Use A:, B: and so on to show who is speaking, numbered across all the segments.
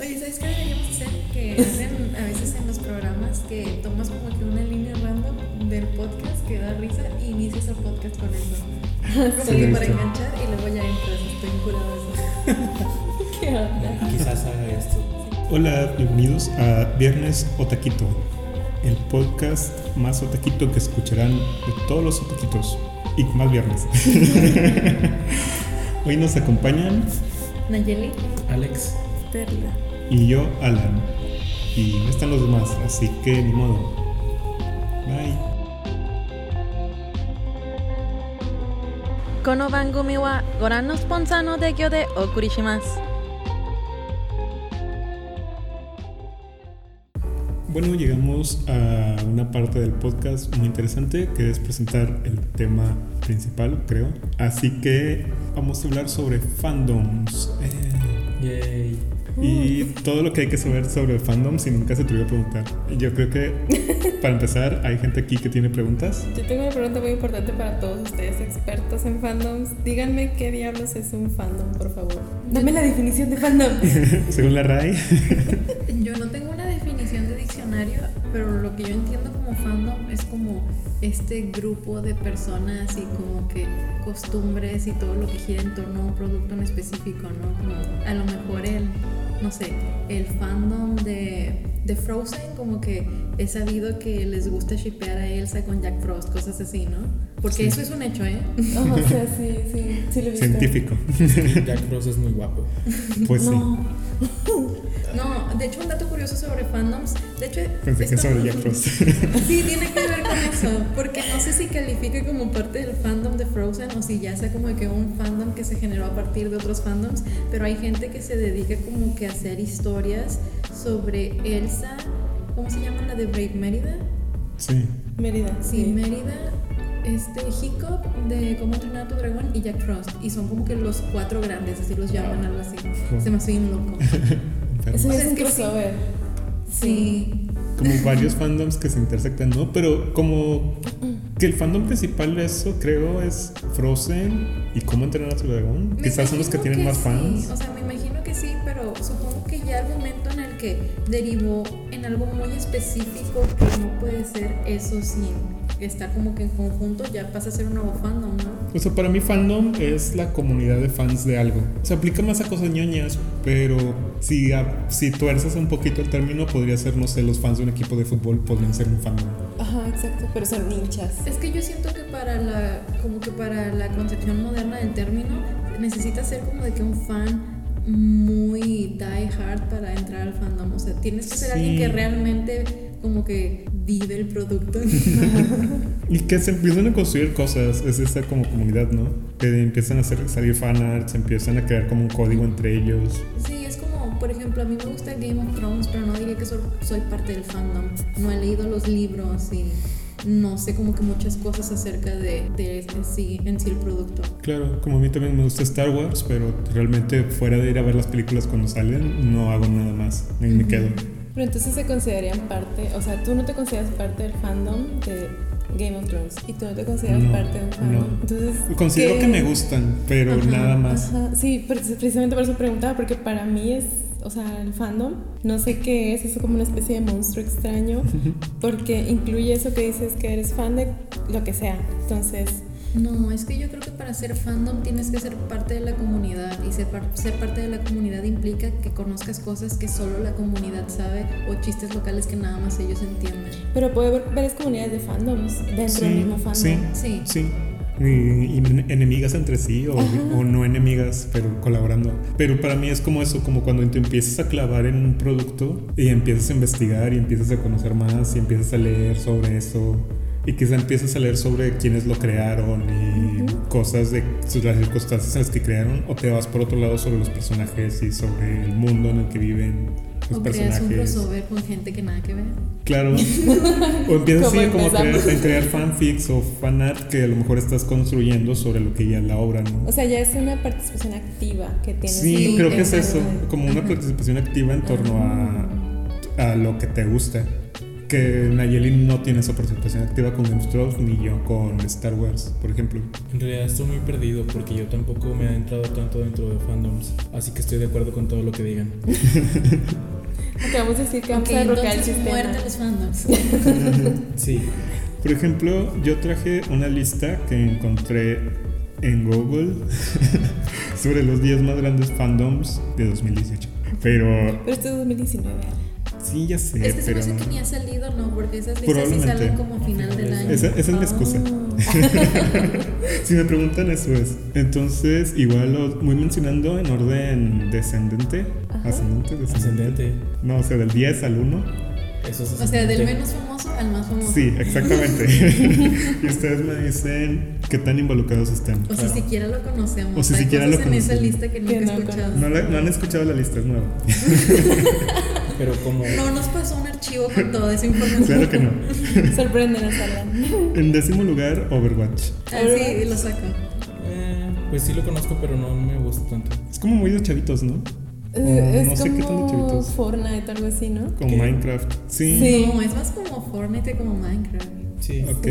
A: Oye, ¿sabes qué deberíamos hacer? Que hacen a veces en los programas que tomas como que una línea random del podcast que da risa y inicias el podcast con eso. Como
B: Sí,
A: que para
B: listo.
A: enganchar y luego ya entras, estoy curado
C: ¿Qué onda?
D: Quizás haga esto.
E: Hola, bienvenidos a Viernes Otaquito, el podcast más otaquito que escucharán de todos los otaquitos y más viernes. Hoy nos acompañan
A: Nayeli,
D: Alex,
C: Perla.
E: y yo, Alan, y no están los demás, así que ni modo. Bye.
F: この番組はご覧のスポンサーの提供でお送りします。
E: Bueno, llegamos a una parte del podcast muy interesante que es presentar el tema principal, creo. Así que vamos a hablar sobre fandoms. Eh,
D: yay.
E: Y todo lo que hay que saber sobre el fandom si nunca se atrevió a preguntar. Yo creo que, para empezar, hay gente aquí que tiene preguntas.
C: Yo tengo una pregunta muy importante para todos ustedes, expertos en fandoms. Díganme qué diablos es un fandom, por favor. Dame la definición de fandom.
E: Según la RAI,
A: yo no tengo una definición de diccionario, pero lo que yo entiendo como fandom es como este grupo de personas y como que costumbres y todo lo que gira en torno a un producto en específico, ¿no? Como a lo mejor el, no sé, el fandom de, de Frozen, como que he sabido que les gusta shippear a Elsa con Jack Frost, cosas así, ¿no? Porque eso es un hecho, ¿eh?
C: o sea, sí, sí, sí lo he visto.
E: científico.
D: Jack Frost es muy guapo.
E: Pues sí.
C: No,
A: No, de hecho un dato curioso sobre fandoms, de hecho...
E: Pensé que
A: está-
E: sobre Jack Frost.
A: Sí, tiene que ver con eso, porque no sé si califica como parte del fandom de Frozen o si ya sea como que un fandom que se generó a partir de otros fandoms, pero hay gente que se dedica como que a hacer historias sobre Elsa, ¿cómo se llama la de Brave Mérida?
E: Sí.
C: Mérida.
A: Sí, Mérida, este Hiccup de Cómo entrenar a tu dragón y Jack Frost, y son como que los cuatro grandes, así los llaman algo así. Se me hace bien loco.
C: Eso
A: O
C: es
A: sea,
C: un
A: es que sí.
C: crossover.
A: Sí.
E: Como varios fandoms que se intersectan, ¿no? Pero como que el fandom principal de eso, creo, es Frozen y cómo entrenar a su dragón.
A: Me
E: Quizás son los que
A: imagino
E: tienen más
A: sí,
E: fans.
A: O sea, me imagino que sí, pero supongo que ya el momento en el que derivó en algo muy específico que no puede ser eso sin estar como que en conjunto, ya pasa a ser un nuevo fandom, ¿no?
E: O sea, para mí fandom es la comunidad de fans de algo. Se aplica más a cosas ñoñas, pero si, a- si tuerces un poquito el término, podría ser, no sé, los fans de un equipo de fútbol podrían ser un fandom.
C: Ajá, exacto. Pero son hinchas.
A: Es que yo siento que para la, como que para la concepción moderna del término, necesita ser como de que un fan muy die hard para entrar al fandom. O sea, tienes que ser
E: Sí.
A: alguien que realmente como que vive el producto.
E: Y que se empiezan a construir cosas, es esa como comunidad, ¿no? Que empiezan a hacer salir fanarts, empiezan a crear como un código entre ellos.
A: Sí, es como, por ejemplo, a mí me gusta Game of Thrones, pero no diría que so- soy parte del fandom. No he leído los libros y no sé como que muchas cosas acerca de, de en, sí, en sí el producto.
E: Claro, como a mí también me gusta Star Wars, pero realmente fuera de ir a ver las películas cuando salen, no hago nada más, ahí me quedo.
C: Pero entonces se considerarían parte, o sea, tú no te consideras parte del fandom de Game of Thrones y tú no te consideras
E: No,
C: parte de un fandom.
E: no.
C: Entonces,
E: Considero
C: ¿qué-
E: que me gustan, pero
A: Ajá,
E: nada más.
C: Ajá, sí, pre- precisamente por eso preguntaba, porque para mí es, o sea, el fandom, no sé qué es, es como una especie de monstruo extraño, porque incluye eso que dices que eres fan de lo que sea. Entonces,
A: No, es que yo creo que para ser fandom tienes que ser parte de la comunidad y ser, par- ser parte de la comunidad implica que conozcas cosas que solo la comunidad sabe o chistes locales que nada más ellos entienden.
C: pero puede haber varias comunidades de fandoms dentro del mismo fandom.
E: sí,
A: Sí.
E: sí. Y, y en- enemigas entre sí o, o no enemigas, pero colaborando. Pero para mí es como eso, como cuando te empiezas a clavar en un producto y empiezas a investigar y empiezas a conocer más y empiezas a leer sobre eso. Y quizá empiezas a leer sobre quiénes lo crearon y cosas de sus- las circunstancias en las que crearon. O te vas por otro lado sobre los personajes y sobre el mundo en el que viven los
A: o creas un
E: personajes.
A: crossover con gente que nada que ver.
E: Claro. O empiezas así
C: Como
E: como a crear,
C: empezamos.
E: a crear fanfics o fanart que a lo mejor estás construyendo sobre lo que ya es la obra, ¿no?
C: O sea, ya es una participación activa que tienes.
E: Sí,
A: sí,
E: creo que es
A: exacto.
E: eso, como una participación activa en torno a, a lo que te gusta. que Nayeli no tiene esa participación activa con Game of Thrones ni yo con Star Wars, por ejemplo.
D: En realidad estoy muy perdido porque yo tampoco me he adentrado tanto dentro de fandoms, así que estoy de acuerdo con todo lo que digan.
C: Acabamos de decir que vamos
A: Ok,
C: a derrocar el
A: entonces
C: sistema.
A: muerte los fandoms.
D: Sí,
E: Por ejemplo, yo traje una lista que encontré en Google sobre los 10 más grandes fandoms de 2018. Pero
C: Pero esto es 2019.
E: sí, ya sé,
A: Es que se me
E: pero
A: hace Este que ni ha salido, ¿no? Porque esas listas sí
E: Probablemente.
A: salen como a final del año.
E: esa, esa es mi
A: Ah.
E: excusa. si me preguntan eso es. Entonces, igual los voy mencionando en orden descendente,
C: Ajá.
E: ascendente, descendente.
D: ascendente.
E: No, o sea, del 10 al 1.
D: Eso es
A: O sea,
D: ascendente.
A: del menos famoso al más famoso.
E: Sí, exactamente. y ustedes me dicen qué tan involucrados están.
A: O si
D: Claro.
A: siquiera lo conocemos.
E: O si
A: Hay
E: siquiera
A: cosas
E: lo
A: en esa
E: conocemos.
A: lista que nunca he
C: Que no
A: escuchado.
E: No, la- no han escuchado la lista, es nueva.
D: Pero como
A: No nos pasó un archivo con toda esa información.
E: claro que no.
C: Ah, Sorpréndenos, Alan.
E: En décimo lugar, Overwatch.
A: Ah, sí, lo saco.
D: eh, pues sí lo conozco, pero no me gusta tanto.
E: Es como muy de chavitos, ¿no?
C: Eh,
E: O
C: es
E: Oh, no sé qué tan de
C: como
E: chavitos.
C: Fortnite o algo así, ¿no?
E: Como
D: ¿Qué?
E: Minecraft. Sí.
C: Sí.
A: No, es más como Fortnite que como Minecraft.
D: Sí.
E: Ok.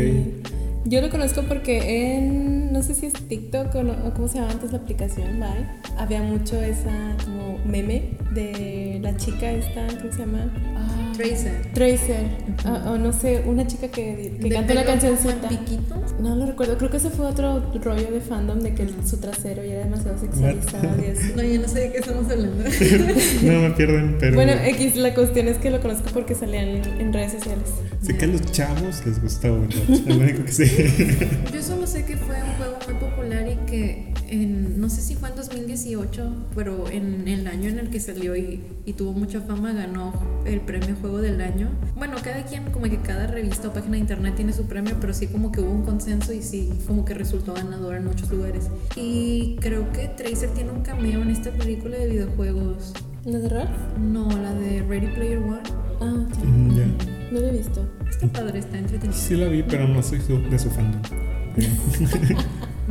C: Yo lo conozco porque en, no sé si es TikTok o, no- o cómo se llamaba antes la aplicación, Vine, había mucho esa como meme de la chica esta, ¿cómo se llama? Ah,
A: Tracer.
C: Tracer, Ah, o no sé, una chica que, que
A: De
C: canta una
A: pelo como
C: cancioncita.
A: en piquito.
C: No lo recuerdo, creo que ese fue otro rollo de fandom de que su trasero ya era demasiado sexualizado y así.
A: No, yo no sé de qué estamos hablando.
E: No me pierden, pero.
C: Bueno, eh, X, la cuestión es que lo conozco porque salían en redes sociales.
E: sé que a los chavos les gusta Overwatch. Lo único que sé.
A: Yo solo sé que fue un juego muy popular y que en, no sé si fue en 2018, pero en, el año en el que salió y, y tuvo mucha fama ganó el premio Juego del Año. Bueno, cada quien, como que cada revista o página de internet tiene su premio, pero sí como que hubo un consenso y sí como que resultó ganador en muchos lugares. Y creo que Tracer tiene un cameo en esta película de videojuegos.
C: ¿No es error?
A: No, la de Ready Player One.
C: Ah, ya.
E: Mm, ya.
C: No lo he visto.
A: Está padre, está entretenido.
E: Sí la vi, pero no soy su- de su fandom.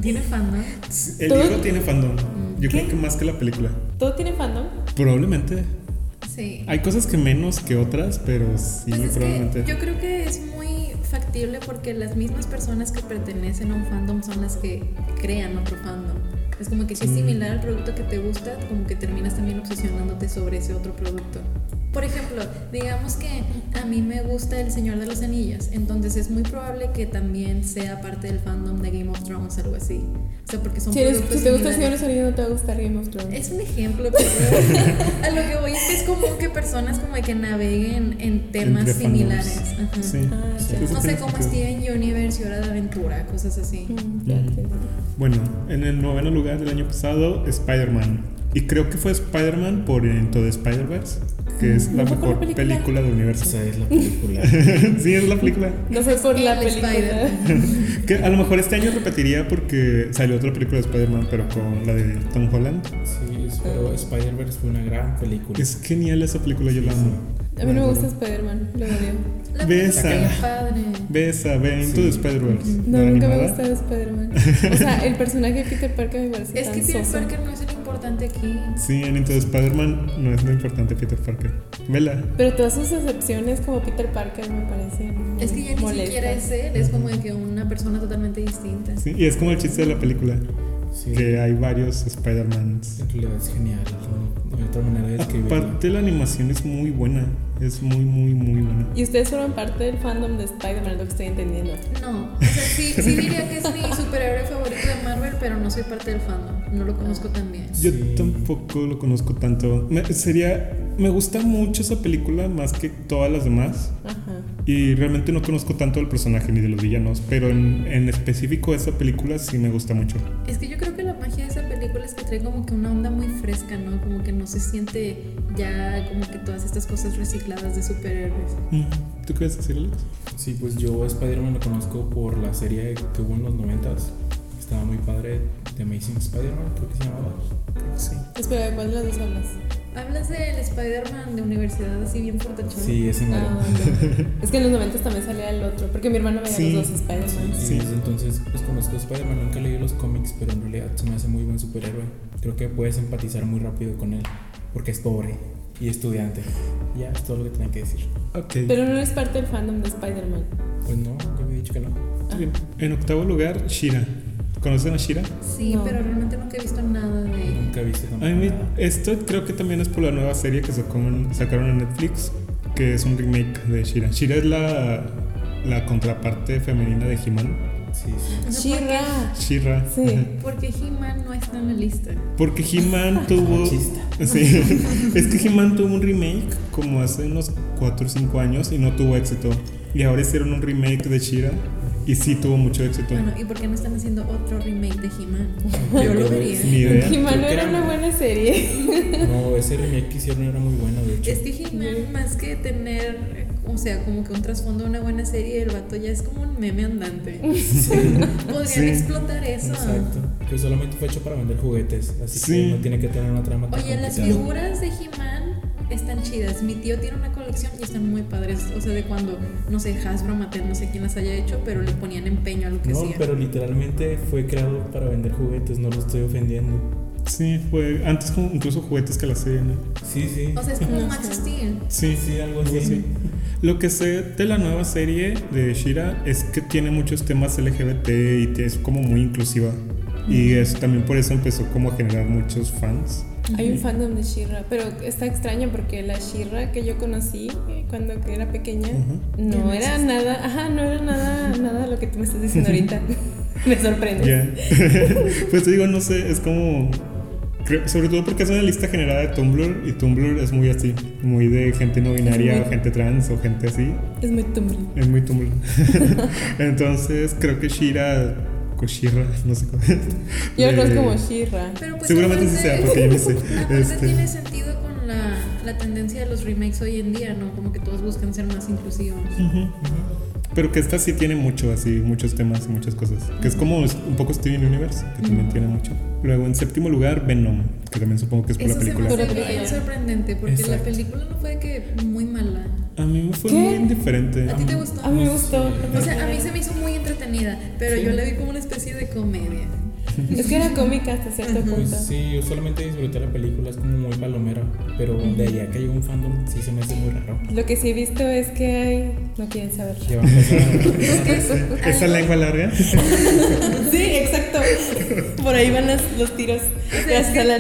A: Tiene fandom.
E: El
C: ¿Todo?
E: libro tiene fandom. Yo
C: ¿Qué?
E: creo que más que la película.
C: ¿Todo tiene fandom?
E: Probablemente.
A: Sí.
E: Hay cosas que menos que otras, pero sí,
A: Pues es que
E: probablemente.
A: yo creo que es muy factible porque las mismas personas que pertenecen a un fandom son las que crean otro fandom. Es como que si es similar al producto que te gusta, como que terminas también obsesionándote sobre ese otro producto. Por ejemplo, digamos que a mí me gusta El Señor de los Anillos, entonces es muy probable que también sea parte del fandom de Game of Thrones, algo así. O sea, porque son
C: Si, eres-
A: productos
C: si te gusta el
A: similares.
C: Señor de los Anillos, no te va a gustar Game of Thrones.
A: Es un ejemplo, pero a lo que voy es que es común que personas como que naveguen en temas
E: Entre fandoms.
A: similares. Ajá.
E: Sí.
C: Ah,
E: sí,
C: ya.
E: eso
A: No sé
E: tiene
A: cómo
E: sentido.
A: Steven Universe y Hora de Aventura, cosas así.
C: Mm, ya,
D: Mm.
C: sí, sí.
E: Bueno, en el noveno lugar del año pasado, Spider-Man. Y creo que fue Spider-Man por Into the Spider-Verse, que es la
C: ¿No fue por
E: mejor
C: la
E: película?
C: película?
E: del universo.
D: Esa es la película.
E: sí, es la película.
C: No fue por la
A: El
C: película.
A: Spider-Man.
E: Que a lo mejor este año repetiría porque salió otra película de Spider-Man, pero con la de Tom Holland.
D: Sí, es- pero Spider-Verse fue una gran película.
E: Es genial esa película, yo la amo.
C: A mí no me gusta Spider-Man, lo odio.
A: La
E: Besa.
A: película está bien padre.
E: Besa, ve Into
D: Sí.
E: the Spider-Verse.
C: No,
E: la
C: nunca me ha
E: animada.
C: gustado Spider-Man. O sea, el personaje de Peter Parker me parece
A: Es
C: tan
A: que Peter
C: soso.
A: Parker no es el importante aquí.
E: Sí, en Into the Spider-Man no es muy importante Peter Parker. Vela.
C: Pero todas sus excepciones como Peter Parker me parecen
A: Es que ya ni
C: molestas.
A: siquiera es él, es como de que una persona totalmente distinta.
E: Sí, y es como el chiste de la película,
D: Sí.
E: que hay varios Spider-Mans.
D: En realidad es genial. No no hay otra manera de describirlo.
E: Aparte la animación es muy buena, es muy, muy, muy buena.
C: Y ustedes forman parte del fandom de Spider-Man, lo que estoy entendiendo.
A: No, o sea, sí, sí diría que es mi superhéroe favorito de Marvel, pero no soy parte del fandom. No lo conozco tan bien.
E: Yo
D: Sí.
E: tampoco lo conozco tanto. Me, sería, me gusta mucho esa película más que todas las demás.
C: Ajá.
E: Y realmente no conozco tanto del personaje ni de los villanos, pero en, en específico esa película sí me gusta mucho.
A: Es que yo creo que la magia de esa película es que trae como que una onda muy fresca, ¿no? Como que no se siente ya como que todas estas cosas recicladas de superhéroes.
E: Mm, ¿Tú quieres decir, Alex?
D: Sí, pues yo a Spider-Man lo conozco por la serie que hubo en los 90s. Estaba muy padre. The Amazing Spider-Man, creo que se llamaba.
E: Sí.
C: Espera, ¿de cuál de las dos hablas?
A: Hablas del Spider-Man de universidad así bien fortachón.
D: Sí, ese mero.
C: Ah, ok. Es que en los 90 también salía el otro, porque mi hermano veía
E: Sí.
C: los dos
A: Ah,
C: Spider-Man.
D: Y
E: Sí.
D: desde entonces pues conozco a Spider-Man, nunca leí los cómics, pero en realidad se me hace muy buen superhéroe. Creo que puedes empatizar muy rápido con él, porque es pobre. y estudiante. Ya, es todo lo que tenía que decir.
E: Ok.
C: Pero no eres parte del fandom de Spider-Man.
D: Pues no, yo había dicho que no.
E: Bien. En octavo lugar, Shira. ¿Conocen a Shira?
A: Sí,
C: No.
A: pero realmente nunca he visto nada de.
D: Nunca viste esa
E: A mí me-
D: mamada.
E: esto creo que también es por la nueva serie que sacó en- sacaron en Netflix, que es un remake de Shira. Shira es la, la contraparte femenina de He-Man.
D: Sí, sí.
A: O sea,
C: Shira.
E: Shira.
C: Sí.
A: Porque He-Man no está en la lista.
E: Porque He-Man tuvo.
D: Machista.
E: Sí. Es que He-Man tuvo un remake como hace unos 4 o 5 años y no tuvo éxito. Y ahora hicieron un remake de Shira y sí tuvo mucho éxito.
A: Bueno, ¿y por qué no están haciendo otro remake de He-Man?
D: Ay,
A: Yo lo
D: qué
A: vería.
E: Ni idea.
C: Jimano
D: Creo que
C: era
D: era-
C: una buena serie.
D: No, ese remake que hicieron era muy bueno, de hecho.
A: Es que He-Man, más que tener, eh, o sea, como que un trasfondo de una buena serie, el vato ya es como un meme andante. Podrían
E: Sí.
A: explotar eso.
D: Exacto. Que solamente fue hecho para vender juguetes. Así
E: Sí.
D: que no tiene que tener una trama tan
A: Oye, las
D: complicada.
A: figuras de He-Man están chidas. Mi tío tiene una colección y están muy padres. O sea, de cuando, no sé, Hasbro, Mattel, no sé quién las haya hecho, pero le ponían empeño a lo que
D: No,
A: hacían.
D: pero literalmente fue creado para vender juguetes, no lo estoy ofendiendo.
E: Sí, fue antes como incluso juguetes que la serie, ¿no?
D: Sí, sí.
A: O sea, es como Max Steel.
E: Sí,
D: sí, algo
E: Algo
D: así.
E: así. Lo que sé de la nueva serie de Shira es que tiene muchos temas LGBT y te- es como muy inclusiva. Y es también por eso empezó como a generar muchos fans.
C: Hay un fandom de Shira, pero está extraño porque la Shira que yo conocí eh, cuando que era pequeña
E: Ujú.
A: Ya no
C: no era nada, ajá, no era nada, nada lo que tú me estás diciendo ahorita. me sorprende.
E: Ya. pues te digo, no sé, es como. creo- sobre todo porque es una lista generada de Tumblr y Tumblr es muy así, muy de gente no binaria,
C: muy-
E: o gente trans o gente así.
C: Es muy tumbling.
E: Es muy Tumblr. Entonces creo que Shira. O Shira, no sé cómo. Eh,
C: Yo lo
E: le-
C: conozco como Shira.
A: Pero pues
E: Seguramente sí sea,
A: aparte-
E: porque yo no sé.
A: Aparte
E: Este-
A: tiene sentido con la, la tendencia de los remakes hoy en día, ¿no? Como que todos buscan ser más inclusivos.
E: Pero que esta sí tiene mucho, así, muchos temas y muchas cosas. Que es como es un poco Steven Universe, que también tiene mucho. Luego, en séptimo lugar, Venom, que también supongo que es por
A: Eso
E: la
A: se me
E: película.
A: hace
C: Por la
A: bien
C: película.
A: sorprendente, porque la
D: Exacto.
A: película no fue de que muy mala.
E: A mí me fue
C: ¿Qué?
E: muy indiferente.
A: ¿A ti te gustó?
C: A mí me gustó.
A: O sea, a mí se me hizo muy entretenida, pero yo la vi como una especie de comedia.
C: Es que era cómica hasta cierto
D: Pues
C: punto.
D: sí, yo solamente disfruté la película, es como muy palomera, pero de allá que llegó un fandom sí se me hace muy raro.
C: Lo que sí he visto es que hay. No quieren saber.
D: Que va a empezar-
E: Esa lengua larga.
C: Sí, exacto. Por ahí van las- los tiros. Gracias, Alan.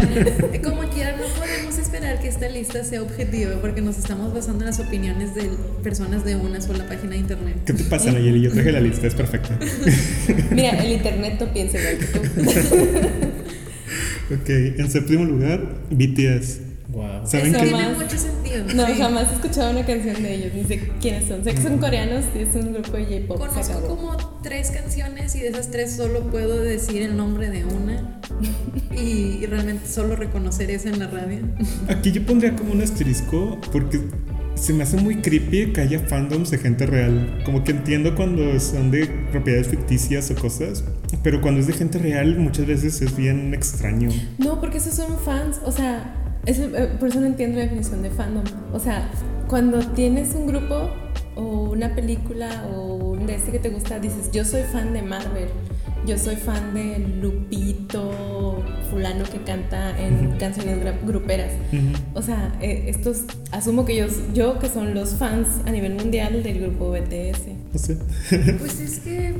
A: Como quiera, no podemos esperar que esta lista sea objetiva, porque nos estamos basando en las opiniones de personas de una sola página de internet.
E: ¿Qué te pasa, Nayeli? Yo traje la lista, es perfecta.
C: Mira, el internet no piensa igual que tú.
E: ok, en séptimo lugar, BTS.
D: Guau.
E: ¿Saben
C: Eso
E: qué?
C: más.
A: Tiene mucho sentido.
C: No,
A: sí.
C: jamás he escuchado una canción de ellos. Ni sé quiénes son. Sé que son coreanos y es un grupo de J-pop. se
A: Conozco
C: acabó.
A: como tres canciones y de esas tres solo puedo decir el nombre de una y, y realmente solo reconocer esa en la radio.
E: Aquí yo pondría como un asterisco porque se me hace muy creepy que haya fandoms de gente real. Como que entiendo cuando son de propiedades ficticias o cosas, pero cuando es de gente real muchas veces es bien extraño.
C: No, porque esos son fans. O sea, es- eh, por eso no entiendo la definición de fandom. O sea, cuando tienes un grupo o una película o un de este que te gusta, dices, yo soy fan de Marvel. Yo soy fan de Lupito, fulano que canta en canciones gra- gruperas. O sea, eh, estos, asumo que yo, yo que son los fans a nivel mundial del grupo BTS.
E: No sé.
A: Pues es que,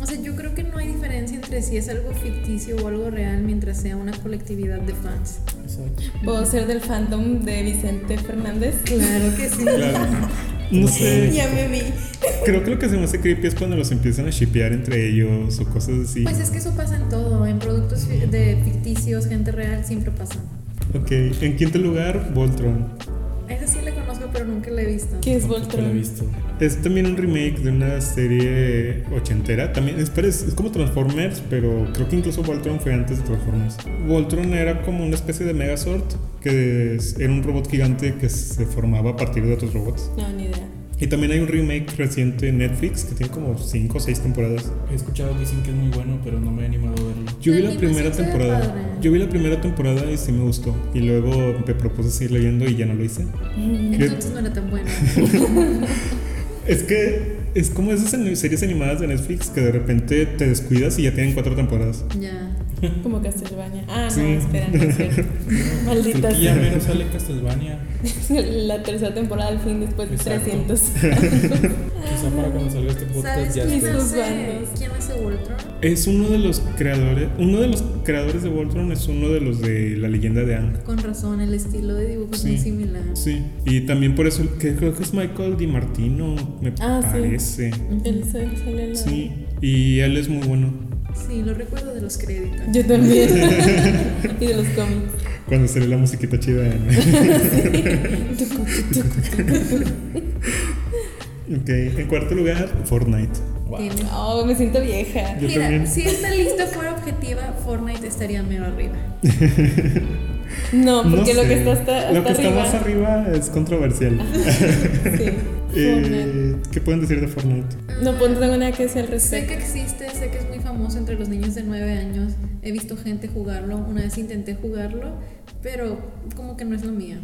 A: o sea, yo creo que no hay diferencia entre si es algo ficticio o algo real mientras sea una colectividad de fans.
D: Exacto.
C: Puedo ser del fandom de Vicente Fernández.
A: Claro que sí.
E: Claro. No sé.
C: Ya me vi.
E: Creo que lo que se me hace creepy es cuando los empiezan a shipear entre ellos o cosas así.
A: Pues es que eso pasa en todo, en productos fi- de ficticios, gente real, siempre pasa.
E: Ok, en quinto lugar, Voltron.
A: Esa sí la conozco, pero nunca la he visto.
C: ¿Qué es
D: Tampoco la he
C: Voltron?
D: visto.
E: Es también un remake de una serie ochentera. También es, pero es, es como Transformers, pero creo que incluso Voltron fue antes de Transformers. Voltron era como una especie de Megazord, que es- era un robot gigante que se formaba a partir de otros robots.
C: No, ni idea.
E: Y también hay un remake reciente en Netflix que tiene como 5 o 6 temporadas.
D: He escuchado que dicen que es muy bueno, pero no me he animado a verlo.
E: Yo vi
A: La
E: la primera
A: animación se ve padre.
E: temporada. Yo vi la primera temporada y sí me gustó. Y luego me propuse seguir leyendo y ya no lo hice.
C: Mm.
A: Entonces no era tan buena.
E: Es que es como esas ani- series animadas de Netflix que de repente te descuidas y ya tienen cuatro temporadas.
A: Ya.
C: Como Castlevania. Ah, no,
E: Sí.
C: espera, no es cierto. Maldita
D: Porque ya
C: sea.
D: menos sale Castlevania.
C: La tercera temporada al fin después de
D: Exacto.
C: 300.
D: Quizá para cuando salga este podcast
A: ¿Sabes
D: ya
A: quién
D: esté.
C: Sus
A: hace,
C: bandos.
A: quién hace Voltron?
E: Es uno de los creadores, uno de los creadores de Voltron es uno de los de la leyenda de Ang.
A: Con razón, el estilo de dibujo es muy
E: Sí.
A: similar.
E: Sí, y también por eso que creo que es Michael Di Martino, me
C: Ah, sí.
E: parece.
C: Él sale sale en la.
E: Sí, y él es muy bueno.
A: Sí, lo recuerdo de los créditos.
C: Yo también. y de los cómics.
E: Cuando sale la musiquita chida. en- ok, en cuarto lugar, Fortnite.
D: Wow.
A: Tiene-
C: Oh, me siento vieja.
E: Yo
A: Mira,
E: también.
A: si esta lista fuera objetiva, Fortnite estaría mero arriba.
C: No, porque
E: No
C: lo que
E: sé,
C: está hasta,
E: lo
C: hasta
E: que está
C: arriba.
E: más Eh, arriba es controversial.
C: Sí. Fortnite.
E: Eh, ¿Qué pueden decir de Fortnite?
C: No, pues no tengo nada que decir al
A: Ah, Sé
C: respecto.
A: que existe, sé que es muy famoso entre los niños de 9 años. He visto gente jugarlo, una vez intenté jugarlo, pero como que no es lo mío.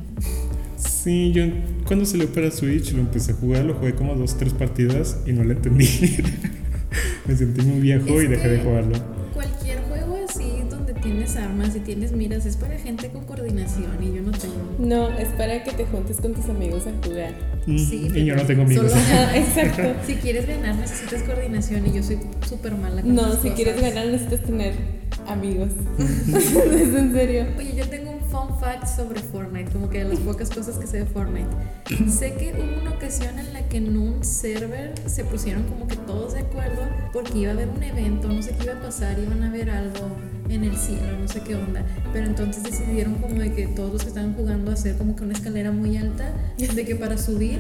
E: Sí, yo cuando salió para Switch lo empecé a jugar, lo jugué como dos, tres partidas y no lo entendí. Me sentí muy viejo
A: Es
E: y dejé
A: que
E: de jugarlo.
A: Cualquier juego así donde tienes armas y tienes miras es para gente con coordinación y yo no tengo.
C: No, es para que te juntes con tus amigos a jugar.
E: Mm,
A: Sí,
E: y yo no tengo
A: solo-
E: amigos.
C: Ajá, exacto.
A: Si quieres ganar necesitas coordinación y yo soy súper mala con
C: No,
A: esas
C: si
A: cosas.
C: quieres ganar necesitas tener amigos. es en serio.
A: Oye, yo tengo un fun fact sobre Fortnite, como que de las pocas cosas que sé de Fortnite. sé que hubo una ocasión en la que en un server se pusieron como que todos de acuerdo porque iba a haber un evento, no sé qué iba a pasar, iban a ver algo en el cielo, no sé qué onda. Pero entonces decidieron como de que todos los que estaban jugando hacer como que una escalera muy alta, de que para subir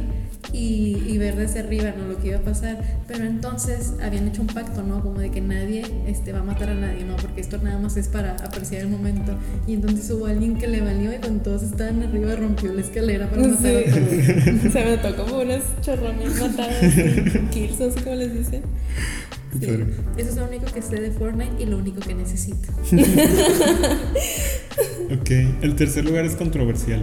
A: y, y ver desde arriba, ¿no? Lo que iba a pasar. Pero entonces habían hecho un pacto, ¿no? Como de que nadie este, va a matar a nadie, ¿no? Porque esto nada más es para apreciar el momento. Y entonces hubo alguien que le valió y cuando todos estaban arriba rompió la escalera para matar a todos.
C: Sí. Se me tocó como unos chorrones matados. y Kills, no sé cómo les dicen.
E: Qué padre.
A: Eso es lo único que sé de Fortnite y lo único que necesito.
E: Ok, el tercer lugar es controversial.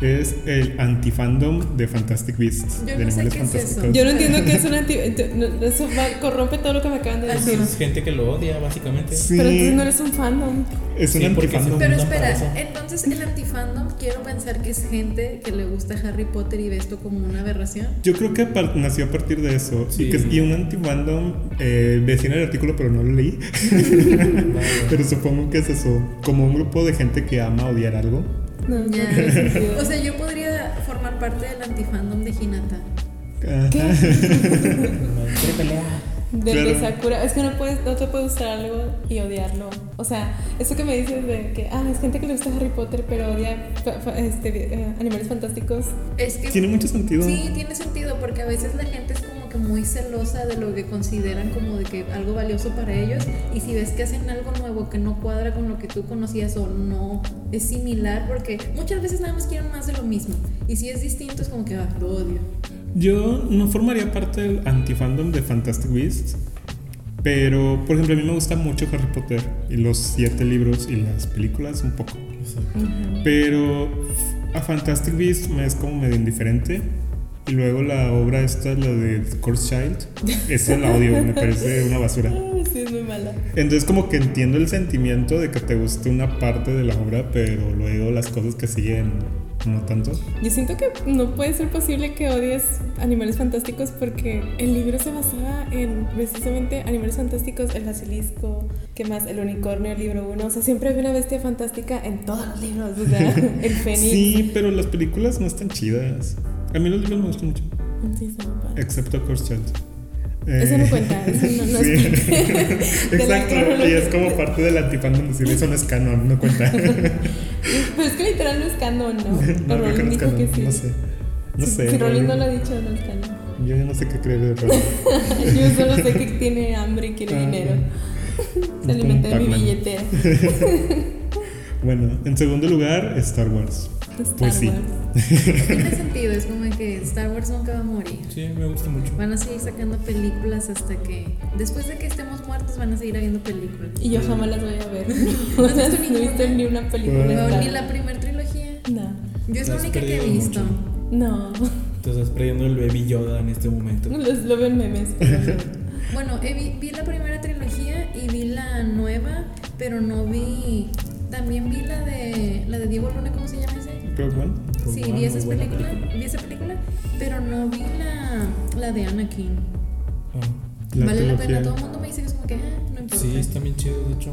E: Es el antifandom de Fantastic Beasts.
A: Yo
E: de
A: no sé
E: Animales
A: qué es eso.
E: Fantásticos.
C: Yo no entiendo qué es un anti. ent- no, Eso va- corrompe todo lo que me acaban de decir.
D: Es gente que lo odia, básicamente.
E: Sí,
C: Pero entonces no eres un fandom.
E: es un
D: Sí, porque
E: antifandom.
A: Pero
D: No,
A: espera,
D: para eso.
A: entonces el antifandom quiero pensar que es gente que le gusta Harry Potter y ve esto como una aberración.
E: Yo creo que a par- nació a partir de eso.
D: Sí.
E: Y, que- y un antifandom, eh, decía en el artículo, pero no lo leí. pero supongo que es eso. Como un grupo de gente que ama odiar algo.
C: No, no
A: Ya.
C: tiene sentido.
A: O sea, yo podría formar parte del antifandom de Hinata.
E: Ajá.
C: ¿Qué?
D: Quiere pelear.
C: Del
E: Claro.
C: de Sakura. Es que no, puedes, no te puede gustar algo y odiarlo. O sea, eso que me dices de que, ah, es gente que le gusta Harry Potter, pero odia fa- fa- este, eh, animales fantásticos.
A: Es que
E: Tiene mucho sentido.
A: Sí, tiene sentido porque a veces la gente es como que muy celosa de lo que consideran como de que algo valioso para ellos y si ves que hacen algo nuevo que no cuadra con lo que tú conocías o no es similar porque muchas veces nada más quieren más de lo mismo y si es distinto es como que ah, lo odio.
E: Yo no formaría parte del antifandom de Fantastic Beasts. Pero, por ejemplo, a mí me gusta mucho Harry Potter y los siete libros y las películas un poco. Pero a Fantastic Beasts me es como medio indiferente. Y luego la obra esta, la de Course Child, esa la odio, me parece una basura.
C: Ah, sí, es muy mala.
E: Entonces como que entiendo el sentimiento de que te guste una parte de la obra, pero luego las cosas que siguen no tanto.
C: Yo siento que no puede ser posible que odies animales fantásticos porque el libro se basaba en precisamente animales fantásticos, el basilisco, ¿qué más? El unicornio, el libro 1. O sea, siempre hay una bestia fantástica en todos los libros. O sea, el fénix.
E: Sí, pero las películas no están chidas. A mí los libros me gustan mucho,
C: Sí, está muy padre.
E: excepto Course Child.
C: Eso
E: Eh,
C: no cuenta, eso no, no
E: sí.
C: es de la
E: Exacto, y
C: cronología.
E: es como parte del antifandom decir eso no es canon, no cuenta.
C: Pero es que literal no es canon, ¿no? Pero
E: No, creo que
C: Rowling
E: no es
C: dijo
E: canon,
C: que sí.
E: no sé. No
C: Si-
E: sé.
C: Si Rowling no
E: Rowling.
C: lo ha dicho, no es canon.
E: Yo ya no sé qué creer de Rowling.
C: Yo solo sé que tiene hambre y quiere
E: Ah.
C: dinero. Se
E: Como
C: alimenta de mi
E: Pac-Man.
C: billetera.
E: Bueno, en segundo lugar, Star Wars.
C: Star
E: Pues sí.
C: Wars.
A: Tiene sentido, es como que Star Wars nunca va a morir.
D: Sí, me gusta mucho.
A: Van a seguir sacando películas hasta que después de que estemos muertos van a seguir habiendo películas.
C: Y yo jamás las voy a ver.
A: ¿No
C: No
A: has visto
C: he visto
A: ninguna?
C: ni una película.
E: Wow.
C: de
A: Pero
C: Star
A: ni la primera trilogía.
C: No.
A: Yo es
D: Te
A: la
D: has
A: única que he
D: perdido
A: visto.
D: mucho.
C: No.
D: Te estás perdiendo el baby Yoda en este momento.
C: Los, lo veo en memes. pero no.
A: Bueno, eh, vi, vi la primera trilogía y vi la nueva pero no vi. También vi la de, la de Diego Luna, ¿cómo se llama ese?
E: Rogue One.
A: Sí, vi esa película, vi esa película, pero no vi la, la de Anakin.
D: Ah.
A: vale la pena,
E: trilogía.
A: todo el mundo me dice que es como que, ah, no importa.
D: Sí, está bien chido, de hecho.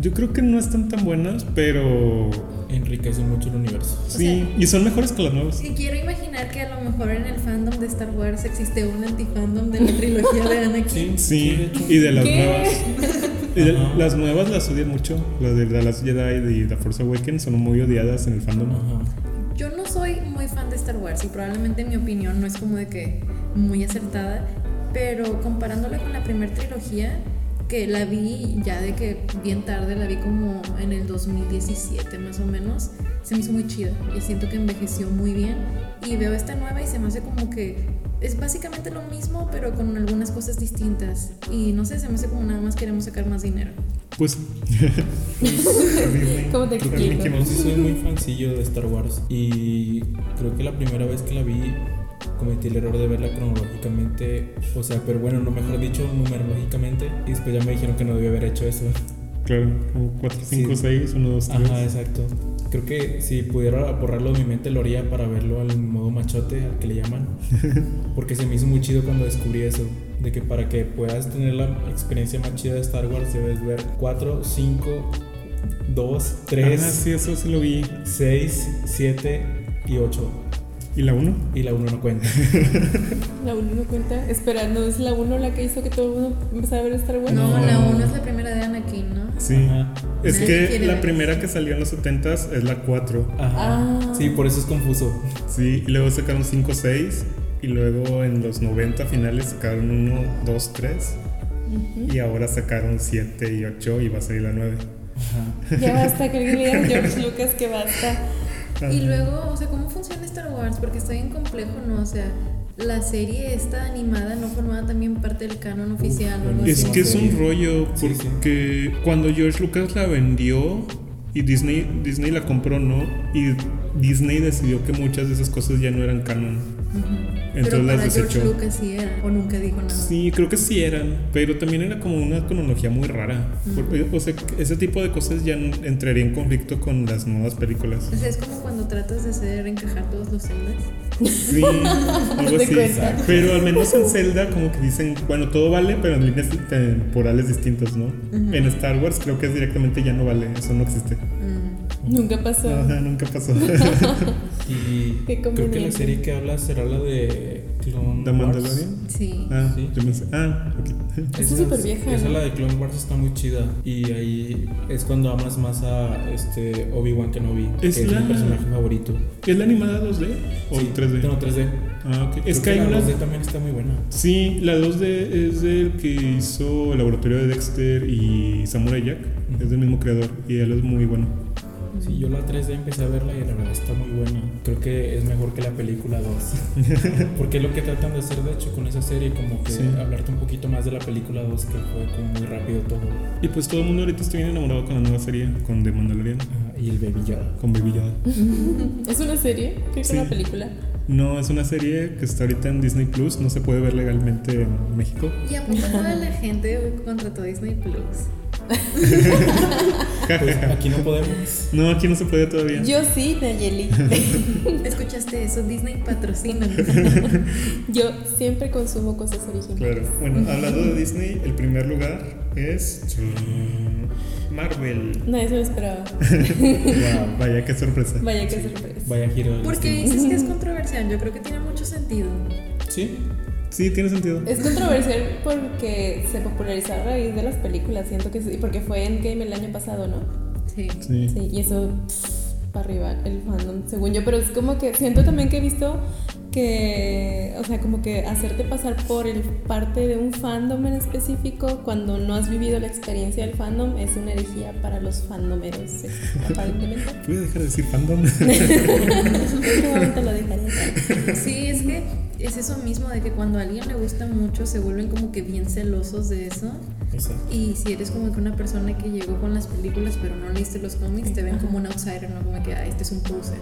E: Yo creo que no están tan buenas, pero.
D: Enriquece mucho el universo.
E: Sí, y son mejores que las nuevas.
A: Y quiero imaginar que a lo mejor en el fandom de Star Wars existe un antifandom de la trilogía de Anakin.
E: Sí, y de las
C: ¿Qué?
E: nuevas. Y de-
D: Ajá.
E: las nuevas las odian mucho. Las de The Last Jedi y The Force Awakens son muy odiadas en el fandom.
D: Ajá.
A: Yo no soy muy fan de Star Wars y probablemente mi opinión no es como de que muy acertada, pero comparándola con la primera trilogía, que la vi ya de que bien tarde, la vi como en el 2017 más o menos, se me hizo muy chida y siento que envejeció muy bien y veo esta nueva y se me hace como que es básicamente lo mismo pero con algunas cosas distintas y no sé, se me hace como nada más queremos sacar más dinero.
E: Pues.
C: ¿Cómo te
E: Creo que
C: explico?
E: Mickey
D: No sé, soy muy fancillo de Star Wars y creo que la primera vez que la vi cometí el error de verla cronológicamente, o sea, pero bueno, no mejor dicho, numerológicamente, y después ya me dijeron que no debía haber hecho eso.
E: Claro, como 4, 5,
D: Sí.
E: 6, 1, 2, 3.
D: Ajá, exacto. Creo que si pudiera borrarlo de mi mente lo haría para verlo al modo machote, al que le llaman, porque se me hizo muy chido cuando descubrí eso, de que para que puedas tener la experiencia más chida de Star Wars debes ver 4, 5, 2, 3,
E: Ah, sí, eso sí lo vi.
D: 6, 7 y 8.
E: ¿Y la 1?
D: Y la uno no cuenta.
C: La 1 no cuenta. Espera, ¿no es la 1 la que hizo que todo el mundo empezara a ver Star Wars?
A: No,
D: No.
A: la 1 es la primera de Anakin, ¿no?
E: Sí.
D: Ajá.
E: Es
A: Nadie
E: que
A: quiere
E: la
A: ver
E: primera que salió en los 70 es la 4.
D: Ajá.
C: Ah.
D: Sí, por eso es confuso.
E: Sí, y luego sacaron 5, 6. Y luego en los 90 finales sacaron 1, 2, 3. Y ahora sacaron 7 y 8 y va a salir la 9.
D: Ajá.
C: Ya basta, que alguien le diga a George Lucas que basta.
E: Ah,
A: Y luego, o sea, ¿cómo funciona Star Wars? Porque está bien complejo, ¿no? O sea, la serie esta animada no formaba también parte del canon oficial o algo
D: buenísimo.
E: Es
A: así.
E: que es un
D: Sí.
E: rollo
D: Sí, sí.
E: porque cuando George Lucas la vendió y Disney, Disney la compró, ¿no? Y Disney decidió que muchas de esas cosas ya no eran canon.
A: Pero
E: Entonces
A: para
E: las
A: George
E: desechó.
A: Lucas sí era, o nunca dijo nada.
E: Sí, creo que sí eran, pero también era como una cronología muy rara. Porque, o sea, ese tipo de cosas ya no- entraría en conflicto con las nuevas películas.
A: O sea, es como cuando tratas de hacer encajar todos los celdas.
E: Sí, algo
C: de
E: así.
C: cuenta.
E: Pero al menos en Zelda como que dicen, bueno, todo vale, pero en líneas temporales distintas, ¿no? En Star Wars creo que es directamente ya no vale, eso no existe.
A: Mm,
C: Nunca pasó.
E: Ajá, nunca pasó.
D: Y
C: Qué
D: creo que la
C: conveniente.
D: serie que habla será la de Clone
E: ¿The
D: Wars.
E: Mandalorian?
A: Sí.
E: Ah,
D: Sí.
E: yo pensé, ah, ok.
C: Esa es súper vieja,
D: Esa
C: ¿no?
D: la de Clone Wars está muy chida. Y ahí es cuando amas más a este Obi-Wan Kenobi, que
E: Es
D: es
E: la-
D: mi personaje favorito.
E: ¿Es la animada 2D o
D: Sí,
E: 3D?
D: No, 3D.
E: Ah, ok. Es
D: Creo
E: que hay
D: la
E: una...
D: 2D también está muy buena.
E: Sí, la 2D es del que hizo el laboratorio de Dexter y Samurai Jack. Es del mismo creador y él es muy bueno.
D: Sí, yo la 3D empecé a verla y la verdad está muy buena. Creo que es mejor que la película 2. Porque es lo que tratan de hacer, de hecho, con esa serie, como que
E: Sí.
D: hablarte un poquito más de la película 2, que fue como muy rápido todo.
E: Y pues todo el mundo ahorita está bien enamorado con la nueva serie, con The Mandalorian,
D: Ah, y el Baby Yoda.
E: con Baby Yoda.
C: ¿Es una serie? Creo que es
E: Sí.
C: una película.
E: No, es una serie que está ahorita en Disney Plus, no se puede ver legalmente en México.
A: Y a poco toda la gente contrató Disney Plus.
D: Pues aquí no podemos.
E: No, aquí no se puede todavía.
C: Yo sí, Nayeli.
A: ¿Escuchaste eso? Disney patrocina.
C: Yo siempre consumo cosas originales.
E: Claro. Bueno, hablando de Disney, el primer lugar es mm, Marvel.
C: Nadie se lo esperaba.
D: Wow.
E: Vaya, qué sorpresa.
C: Vaya que sorpresa.
D: Vaya giro. del
A: ¿Por qué
D: destino.
A: dices que es controversial? Yo creo que tiene mucho sentido.
D: Sí.
E: Sí, tiene sentido.
C: Es controversial porque se popularizó a raíz de las películas, siento que sí, porque fue Endgame el año pasado, ¿no?
A: Sí.
E: Sí.
C: Sí, y eso para arriba el fandom, según yo, pero es como que siento también que he visto que, o sea, como que hacerte pasar por el parte de un fandom en específico cuando no has vivido la experiencia del fandom es una herejía para los fandomeros, sí, aparentemente.
E: ¿Puedo dejar de decir fandom?
C: Últimamente lo dejaré.
A: Sí, es que es eso mismo de que cuando a alguien le gusta mucho se vuelven como que bien celosos de eso.
D: Exacto.
A: Y si eres como que una persona que llegó con las películas pero no leíste los cómics, te ven como un outsider, ¿no? Como que, ah, este es un poser.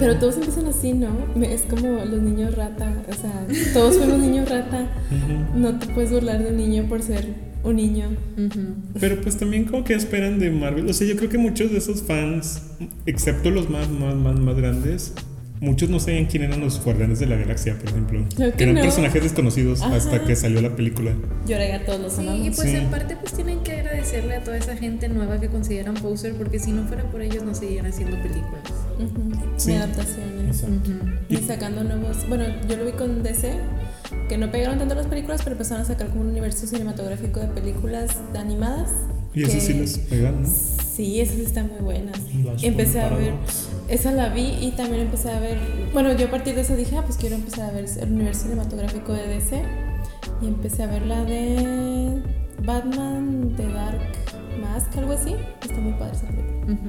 C: Pero todos empiezan así, ¿no? Me- Es como los niños rata, o sea, todos fuimos niños rata.
E: Ujú.
C: No te puedes burlar de un niño por ser un niño.
A: Ujú.
E: Pero pues también como que esperan de Marvel. O sea, yo creo que muchos de esos fans, excepto los más, más, más, más grandes, muchos no sabían quién eran los guardianes de la galaxia, por ejemplo.
C: Claro que
E: eran
C: no.
E: personajes desconocidos
C: Ajá.
E: hasta que salió la película.
C: Lloré a todos los
A: Sí, y
C: amamos.
A: pues
E: Sí.
A: en parte pues tienen que agradecerle a toda esa gente nueva que consideran poser porque si no fuera por ellos no seguirían haciendo películas.
C: Ujú,
E: Sí.
C: Ni adaptaciones.
D: Exacto.
C: Ni sacando nuevos. Bueno, yo lo vi con DC, que no pegaron tanto las películas, pero empezaron a sacar como un universo cinematográfico de películas animadas.
E: Y eso
C: que-
E: sí les pegaron, ¿no?
C: Sí, esas están muy buenas.
D: Las
C: Empecé a
D: ponen
C: ver,
D: paradas.
C: esa la vi y también empecé a ver, bueno, yo a partir de eso dije, ah, pues quiero empezar a ver el universo cinematográfico de DC y empecé a ver la de Batman, The Dark Mask, algo así. Está muy padre esa película.
A: Ujú.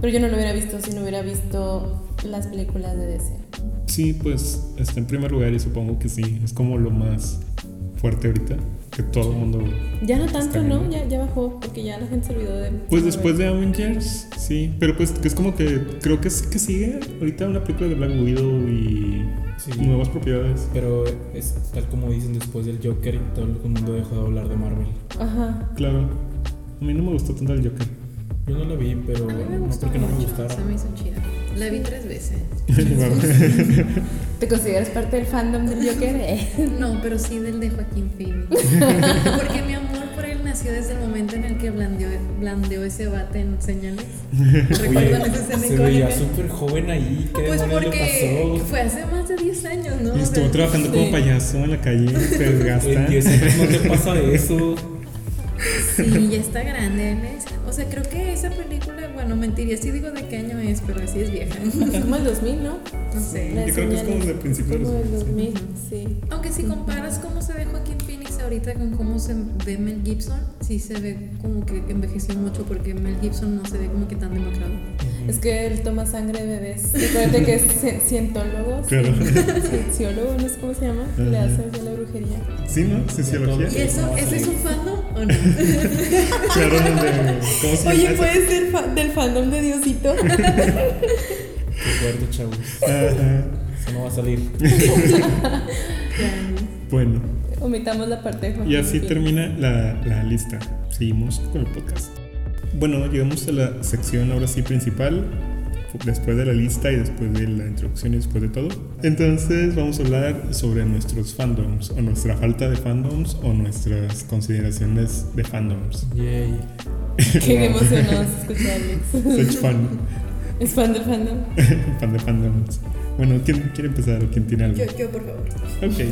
C: Pero yo no lo hubiera visto si no hubiera visto las películas de DC.
E: Sí, pues está en primer lugar y supongo que sí. Es como lo más fuerte ahorita que todo el mundo...
C: Ya no tanto,
E: Está bien.
C: ¿no? Ya, ya bajó, porque ya la gente se olvidó de...
E: Pues después de Avengers, sí. Pero pues que es como que creo que, sí- que sigue ahorita una película de Black Widow y
D: Sí.
E: nuevas propiedades.
D: Pero es tal como dicen después del Joker, todo el mundo dejó de hablar de Marvel.
C: Ajá.
E: Claro. A mí no me gustó tanto el Joker.
D: Yo no la vi, pero
A: A mí me
D: no
A: gustó
D: porque no me
A: mucho,
D: gustara.
A: se me hizo chida. La vi tres veces.
C: ¿Te consideras parte del fandom del Joker? Eh.
A: No, pero sí del de Joaquín Phoenix. Porque mi amor por él nació desde el momento en el que blandeó, blandeó ese bate en señales. ¿Recuerdan esa escena
D: se veía
A: icónica?
D: súper joven ahí. ¿Qué
A: Pues
D: demonios le
A: porque
D: pasó?
A: fue hace más de 10 años, ¿no?
E: Y
A: O
E: estuvo
A: sea,
E: trabajando
C: sí.
E: como payaso en la calle, se
D: En
E: desgasta.
D: 10 años no te pasa eso.
A: Sí, ya está grande. él es- O sea, creo que esa película, bueno, mentiría si digo de qué año es, pero sí es vieja.
C: Como el 2000, ¿no?
A: No sé.
C: Las
E: Yo creo que es como
C: señales.
E: de principios de
C: Como
E: los
C: del 2000,
A: 2000,
C: sí.
A: Aunque si comparas cómo se ve Joaquín Phoenix ahorita con cómo se ve Mel Gibson, sí se ve como que envejeció mucho porque Mel Gibson no se ve como que tan demacrado.
C: Es que él toma sangre de bebés. Recuerda que es ci- cientólogo,
E: Claro.
C: ci- cienciólogo, no sé cómo se llama. Le
E: Ajá.
C: hace hacia la brujería.
E: Sí, ¿no? Cienciología.
A: ¿Y eso, ese es un fandom o no?
E: Claro, donde. ¿Cómo se llama
C: Oye,
E: esa?
C: ¿puede ser fa- del fandom de Diosito?
D: Qué fuerte, chavos.
E: Ajá.
D: Eso no va a salir.
E: Bueno,
C: Omitamos la parte de Joaquín
E: y así
C: Phoenix.
E: termina la, la lista. Seguimos con el podcast. Bueno, llegamos a la sección ahora sí principal. Después de la lista y después de la introducción y después de todo. Entonces vamos a hablar sobre nuestros fandoms o nuestra falta de fandoms o nuestras consideraciones de fandoms.
D: Yay.
C: Qué emocionados escucharles.
E: Soy fan,
C: ¿Es fan del fandom?
E: fan de fandoms. Bueno, ¿quién quiere empezar o quién tiene algo?
A: Yo, yo, por favor.
E: Ok.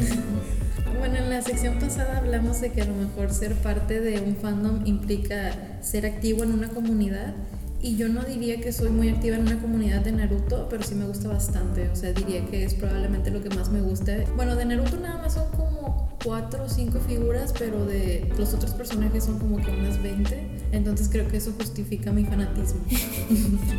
A: Bueno, en la sección pasada hablamos de que a lo mejor ser parte de un fandom implica ser activo en una comunidad. Y yo no diría que soy muy activa en una comunidad de Naruto, pero sí me gusta bastante. O sea, diría que es probablemente lo que más me gusta. Bueno, de Naruto nada más son como cuatro o cinco figuras, pero de los otros personajes son como que unas 20. Entonces creo que eso justifica mi fanatismo.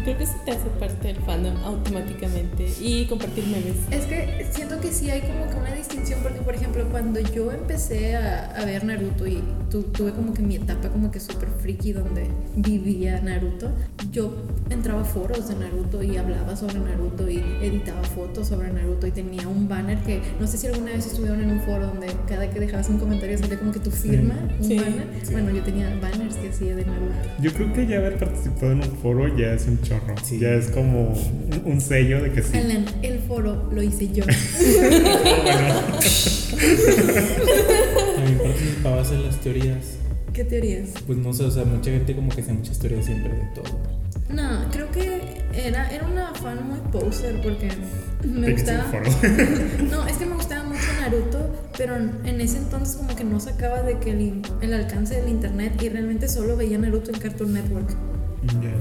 C: Creo que sí te hace parte del fandom automáticamente y compartir memes.
A: Es que siento que sí hay como que una distinción porque, por ejemplo, cuando yo empecé a, a ver Naruto y tu- tuve como que mi etapa como que súper friki donde vivía Naruto, yo entraba a foros de Naruto y hablaba sobre Naruto y editaba fotos sobre Naruto y tenía un banner que no sé si alguna vez estuvieron en un foro donde cada que dejabas un comentario salía como que tu firma, un
C: Sí.
A: banner.
E: Sí.
A: Bueno, yo tenía banners que hacía de Naruto.
E: Yo creo que ya haber participado en un foro ya es un chorro.
D: Sí.
E: Ya es como un- un sello de que sí.
A: Alan, el foro lo hice yo.
D: También participabas en las teorías.
A: ¿Qué teorías?
D: Pues no sé, o sea, mucha gente como que hace muchas teorías siempre de todo.
A: No, creo que era, era una fan muy poser porque me
E: de que sí,
A: gustaba.
E: foro.
A: No, es que me gustaba mucho Naruto, pero en ese entonces como que no sacaba de que el, in- el alcance del internet y realmente solo veía Naruto en Cartoon Network.
E: Ya.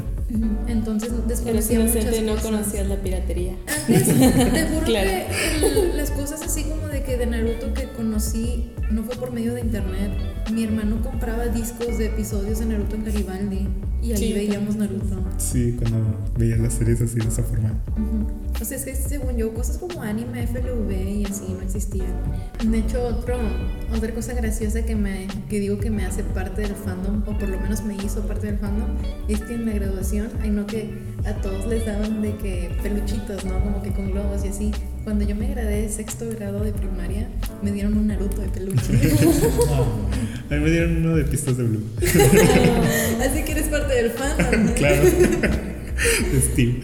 A: Entonces
C: Eres
A: desconocía muchas
C: inocente y no
A: cosas.
C: conocías la piratería.
A: Antes, te juro
C: Claro.
A: que el- las cosas así como de que de Naruto que conocí no fue por medio de internet. Mi hermano compraba discos de episodios de Naruto en Garibaldi y ahí
C: Sí, yo
A: veíamos Naruto.
E: Sí, cuando veía las series así de esa forma.
A: Ujú. O Pues es que según yo, cosas como anime, FLV y así no existían. De hecho, otro, otra cosa graciosa que, me, que digo que me hace parte del fandom, o por lo menos me hizo parte del fandom, es que en la graduación, ay no, que a todos les daban de que peluchitos, ¿no? Como que con globos y así. Cuando yo me gradué de sexto grado de primaria, me dieron un Naruto de peluche.
E: A mí me dieron uno de pistas de blue.
A: así que eres parte del fandom. ¿no?
E: claro. De Steve.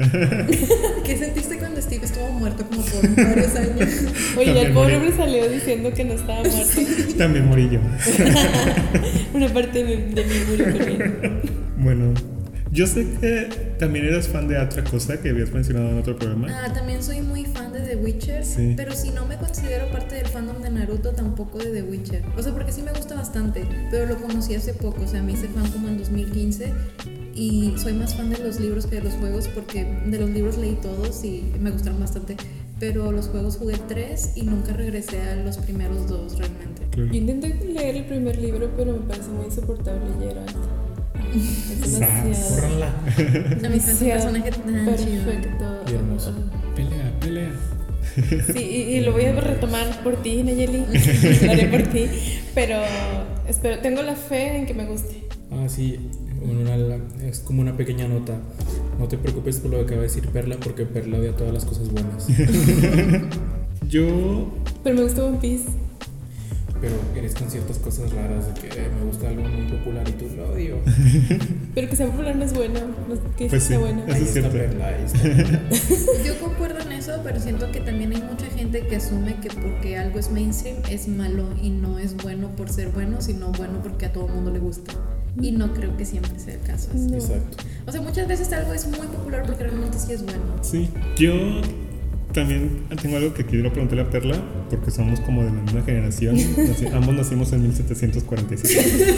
A: ¿Qué sentiste cuando Steve estuvo muerto como por varios años?
C: Oye,
E: También
C: el pobre
E: morí.
C: hombre salió diciendo que no estaba muerto.
E: También morí yo.
C: Una parte de, de mi bullying. corriendo.
E: Bueno, yo sé que también eras fan de otra cosa que habías mencionado en otro programa.
A: Ah, también soy muy fan de The Witcher,
E: Sí.
A: pero si no me considero parte del fandom de Naruto, tampoco de The Witcher. O sea, porque sí me gusta bastante, pero lo conocí hace poco, o sea, me hice fan como en 2015 y soy más fan de los libros que de los juegos porque de los libros leí todos y me gustaron bastante, pero los juegos jugué tres y nunca regresé a los primeros dos realmente.
E: Claro.
C: Yo intenté leer el primer libro, pero me parece muy insoportable Geralt. Es
E: Sas.
C: demasiado.
D: Córranla.
A: A mí fue un personaje tan chido.
C: perfecto.
D: Y hermoso.
E: Pelea, pelea.
C: Sí, y, y lo voy a retomar por ti, Nayeli. Lo haré por ti. Pero espero, tengo la fe en que me guste.
D: Ah, sí, una- la- es como una pequeña nota. No te preocupes por lo que acaba de decir Perla, porque Perla odia todas las cosas buenas.
E: Yo
C: Pero me gusta One Piece.
D: Pero eres con ciertas cosas raras, de que eh, me gusta algo muy popular y tú lo odio.
C: Pero que sea popular no es bueno. No, que
E: Pues sí.
C: sea bueno.
E: Eso
D: Ahí
E: es
D: está
E: cierto.
D: Perla, ahí está Perla.
A: Yo concuerdo en eso, pero siento que también hay mucha gente que asume que porque algo es mainstream es malo y no es bueno por ser bueno, sino bueno porque a todo el mundo le gusta. Y no creo que siempre sea el caso. así.
C: No.
D: Exacto.
A: O sea, muchas veces algo es muy popular porque realmente sí es bueno.
E: Sí, yo también tengo algo que quiero preguntarle a Perla, porque somos como de la misma generación. Naci- ambos nacimos en 1747.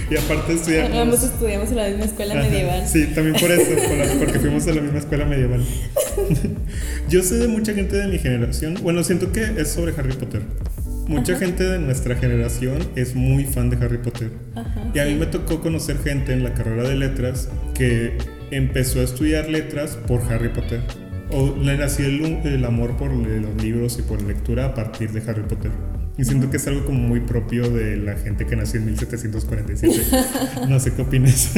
E: y aparte estudiamos.
C: Ambos estudiamos en la misma escuela
E: Ajá,
C: medieval.
E: Sí, también por eso, por la- porque fuimos a la misma escuela medieval. Yo sé de mucha gente de mi generación, bueno, siento que es sobre Harry Potter. Mucha gente de nuestra generación es muy fan de Harry Potter.
C: Ajá.
E: Y a mí me tocó conocer gente en la carrera de letras que empezó a estudiar letras por Harry Potter. O le nació el, el amor por le- los libros y por la lectura a partir de Harry Potter. Y siento que es algo como muy propio de la gente que nació en 1747. No sé qué opinas.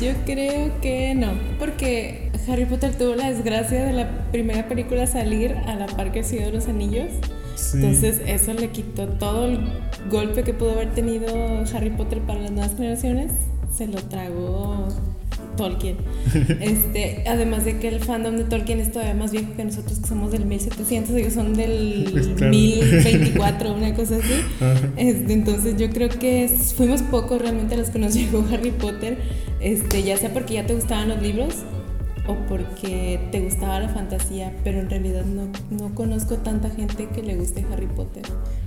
C: Yo creo que no, porque Harry Potter tuvo la desgracia de la primera película salir a la par que el Señor de los Anillos.
E: Sí.
C: Entonces eso le quitó todo el golpe que pudo haber tenido Harry Potter para las nuevas generaciones. Se lo tragó Tolkien. Este, además de que el fandom de Tolkien es todavía más viejo que nosotros que somos del 1700, ellos son del
E: Pues Claro.
C: 1024, una cosa así.
E: Ajá.
C: Este, entonces yo creo que es- fuimos pocos realmente los que nos llegó Harry Potter, este, ya sea porque ya te gustaban los libros o porque te gustaba la fantasía, pero en realidad no, no conozco tanta gente que le guste Harry Potter.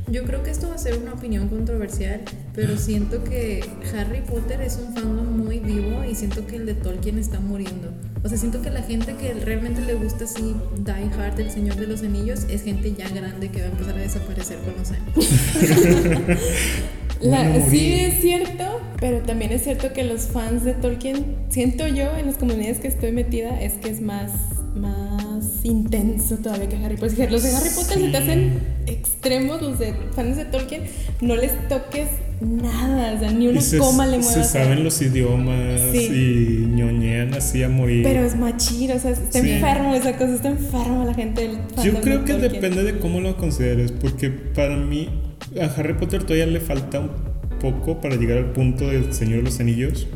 A: Yo creo que esto va a ser una opinión controversial, pero siento que Harry Potter es un fandom muy vivo y siento que el de Tolkien está muriendo. O sea, siento que la gente que realmente le gusta así Die Hard, El Señor de los Anillos, es gente ya grande que va a empezar a desaparecer con los años.
C: La-
E: Bueno,
C: sí
E: morí.
C: es cierto, pero también es cierto que los fans de Tolkien, siento yo en las comunidades que estoy metida, es que es más, más intenso todavía que Harry Potter. Los de Harry Potter se te hacen extremos, los de fans de Tolkien, no les toques nada, o sea, ni una
E: Y se,
C: coma le
E: se
C: muevas.
E: saben los idiomas
C: Sí.
E: y ñoñean así a morir.
C: Pero es machir, o sea, está
E: Sí.
C: enfermo esa cosa, está enfermo la gente del fandom
E: Yo
C: de
E: creo que
C: Tolkien.
E: depende de cómo lo consideres, porque para mí a Harry Potter todavía le falta un poco para llegar al punto del Señor de los Anillos,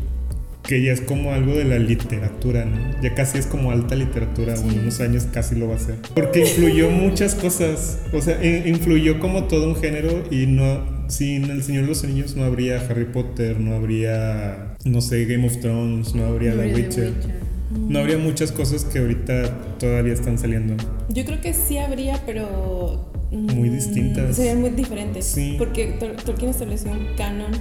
E: que ya es como algo de la literatura, ¿no? Ya casi es como alta literatura, o en unos años casi lo va a ser. Porque influyó muchas cosas, o sea, in- influyó como todo un género y no... Sin El Señor de los Anillos no habría Harry Potter, no habría, no sé, Game of Thrones, no habría
A: Gloria
E: The
A: de
E: Witcher. No habría muchas cosas que ahorita todavía están saliendo.
C: Yo creo que sí habría, pero. mm,
E: Muy distintas.
C: Serían muy diferentes.
E: Sí.
C: Porque Tol- Tolkien estableció un canon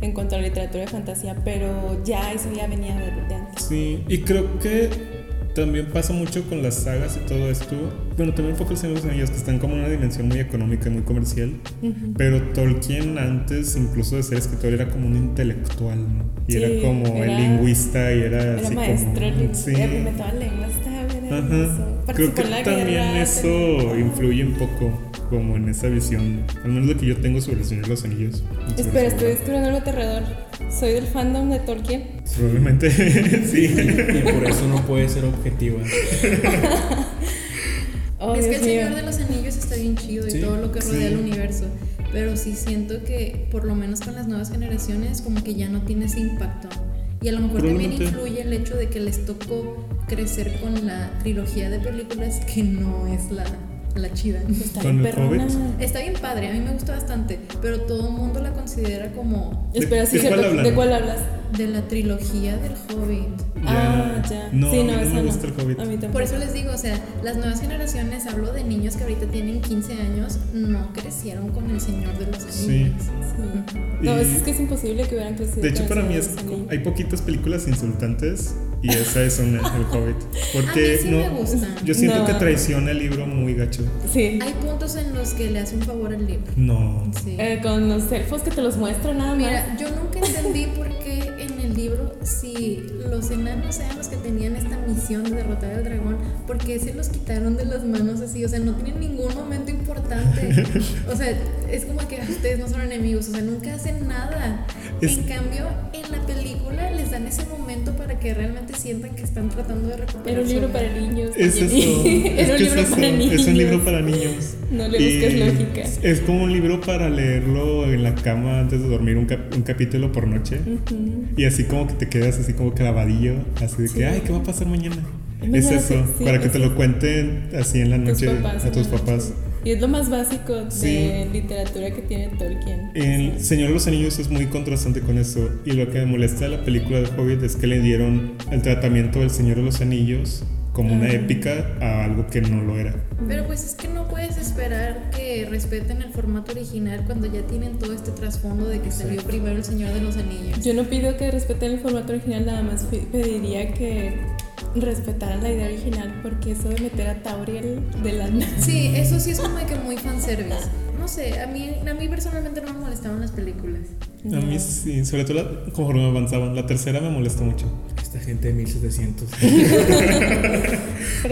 C: en cuanto a la literatura de fantasía, pero ya eso ya venía de, de antes.
E: Sí, y creo que también pasa mucho con las sagas y todo esto. Bueno, también fue en los Anillos, que están como en una dimensión muy económica y muy comercial. Pero Tolkien antes, incluso de ser escritor, era como un intelectual, ¿no? Y
C: Sí,
E: era como
C: era-
E: el lingüista y era,
C: Era
E: así
C: maestro,
E: como...
C: le-
E: Sí.
C: le inventaba lenguas, estaba bien nervioso.
E: Ajá. Creo
C: Participó
E: que
C: en la
E: también
C: guerra,
E: eso
C: tenía-
E: influye un poco, como en esa visión, al menos lo que yo tengo sobre el Señor de los Anillos. y sobre
C: Espera,
E: su
C: estoy
E: obra.
C: descubriendo algo aterrador. Soy del fandom de Tolkien.
E: Probablemente sí.
D: Y por eso no puede ser objetiva.
C: Oh,
A: es que el
C: Dios mío.
A: Señor de los Anillos está bien chido
D: Sí,
A: y todo lo que rodea
E: sí.
A: el universo. Pero sí siento que, por lo menos con las nuevas generaciones, como que ya no tiene ese impacto. Y a lo mejor también
E: Probablemente.
A: influye el hecho de que les tocó crecer con la trilogía de películas que no es la, la chida.
C: Está
E: Con
C: bien
E: el
C: perrona.
E: Hobbit.
A: Está bien padre, a mí me gusta bastante, pero todo el mundo la considera como
C: Espera,
E: ¿De-
C: sí,
E: de cuál
C: cierto.
E: hablan?
C: ¿De cuál hablas?
A: de la trilogía del Hobbit.
E: Ya.
C: Ah, ya.
E: No,
C: sí,
E: a mí no
C: esa
E: me gusta el Hobbit.
C: A mí tampoco.
A: Por eso les digo, o sea, las nuevas generaciones, hablo de niños que ahorita tienen 15 años, no crecieron con el Señor de los Anillos.
E: Sí.
C: Sí.
E: Y-
C: No, es que es imposible que hubieran crecido.
E: De hecho,
C: con
E: para
C: el
E: mí es
C: Señor de los
E: hay poquitas películas insultantes y esa es una, el Hobbit.
A: a
E: Porque
A: mí sí
E: no,
A: me gusta.
E: yo siento
C: No.
E: que traiciona el libro muy gacho.
C: Anillos. Sí.
A: Hay puntos en los que le hace un favor al libro.
E: No.
A: Sí.
C: Eh, con los elfos que te los muestran nada más.
A: Mira, yo nunca entendí por qué en el libro, si los enanos eran los que tenían esta misión de derrotar al dragón, porque se los quitaron de las manos así, o sea, no tienen ningún momento importante. O sea, es como que "Ah, ustedes no son enemigos, o sea, nunca hacen nada.
E: Es-
A: En cambio, en la película les dan ese momento para que realmente sientan que están tratando de recuperar.
C: Era un
A: su
C: libro
A: honor.
C: para niños.
E: Es
C: Jenny.
E: eso. es
C: Era un
E: que
C: libro
E: es, eso,
C: para niños.
E: es un libro para niños.
C: No le busques
E: Y
C: lógica.
E: Es como un libro para leerlo en la cama antes de dormir un, cap- un capítulo por noche.
C: Mm. Ujú.
E: Y así como que te quedas así como clavadillo, así de que,
C: Sí.
E: ay, ¿qué va a pasar mañana?
C: Mañana
E: es eso,
C: sí, sí,
E: para que
C: es
E: te lo cuenten así en la noche a
C: en
E: tus
C: la
E: papás.
C: noche. Y es lo más básico de
E: Sí.
C: literatura que tiene Tolkien.
E: El Señor de los Anillos es muy contrastante con eso. Y lo que me molesta de la película de Hobbit es que le dieron el tratamiento del Señor de los Anillos como una épica a algo que no lo era.
A: Pero pues es que no puedes esperar que respeten el formato original cuando ya tienen todo este trasfondo de que salió primero el Señor de los Anillos.
C: Yo no pido que respeten el formato original, nada más fi- pediría que respetaran la idea original, porque eso de meter a Tauriel de la nada.
A: Sí, eso sí es como de que muy fanservice. No sé, a mí, a mí personalmente no me molestaban las películas.
E: A mí sí, sobre todo la- conforme avanzaban. La tercera me molesta mucho.
D: Esta gente de 1700.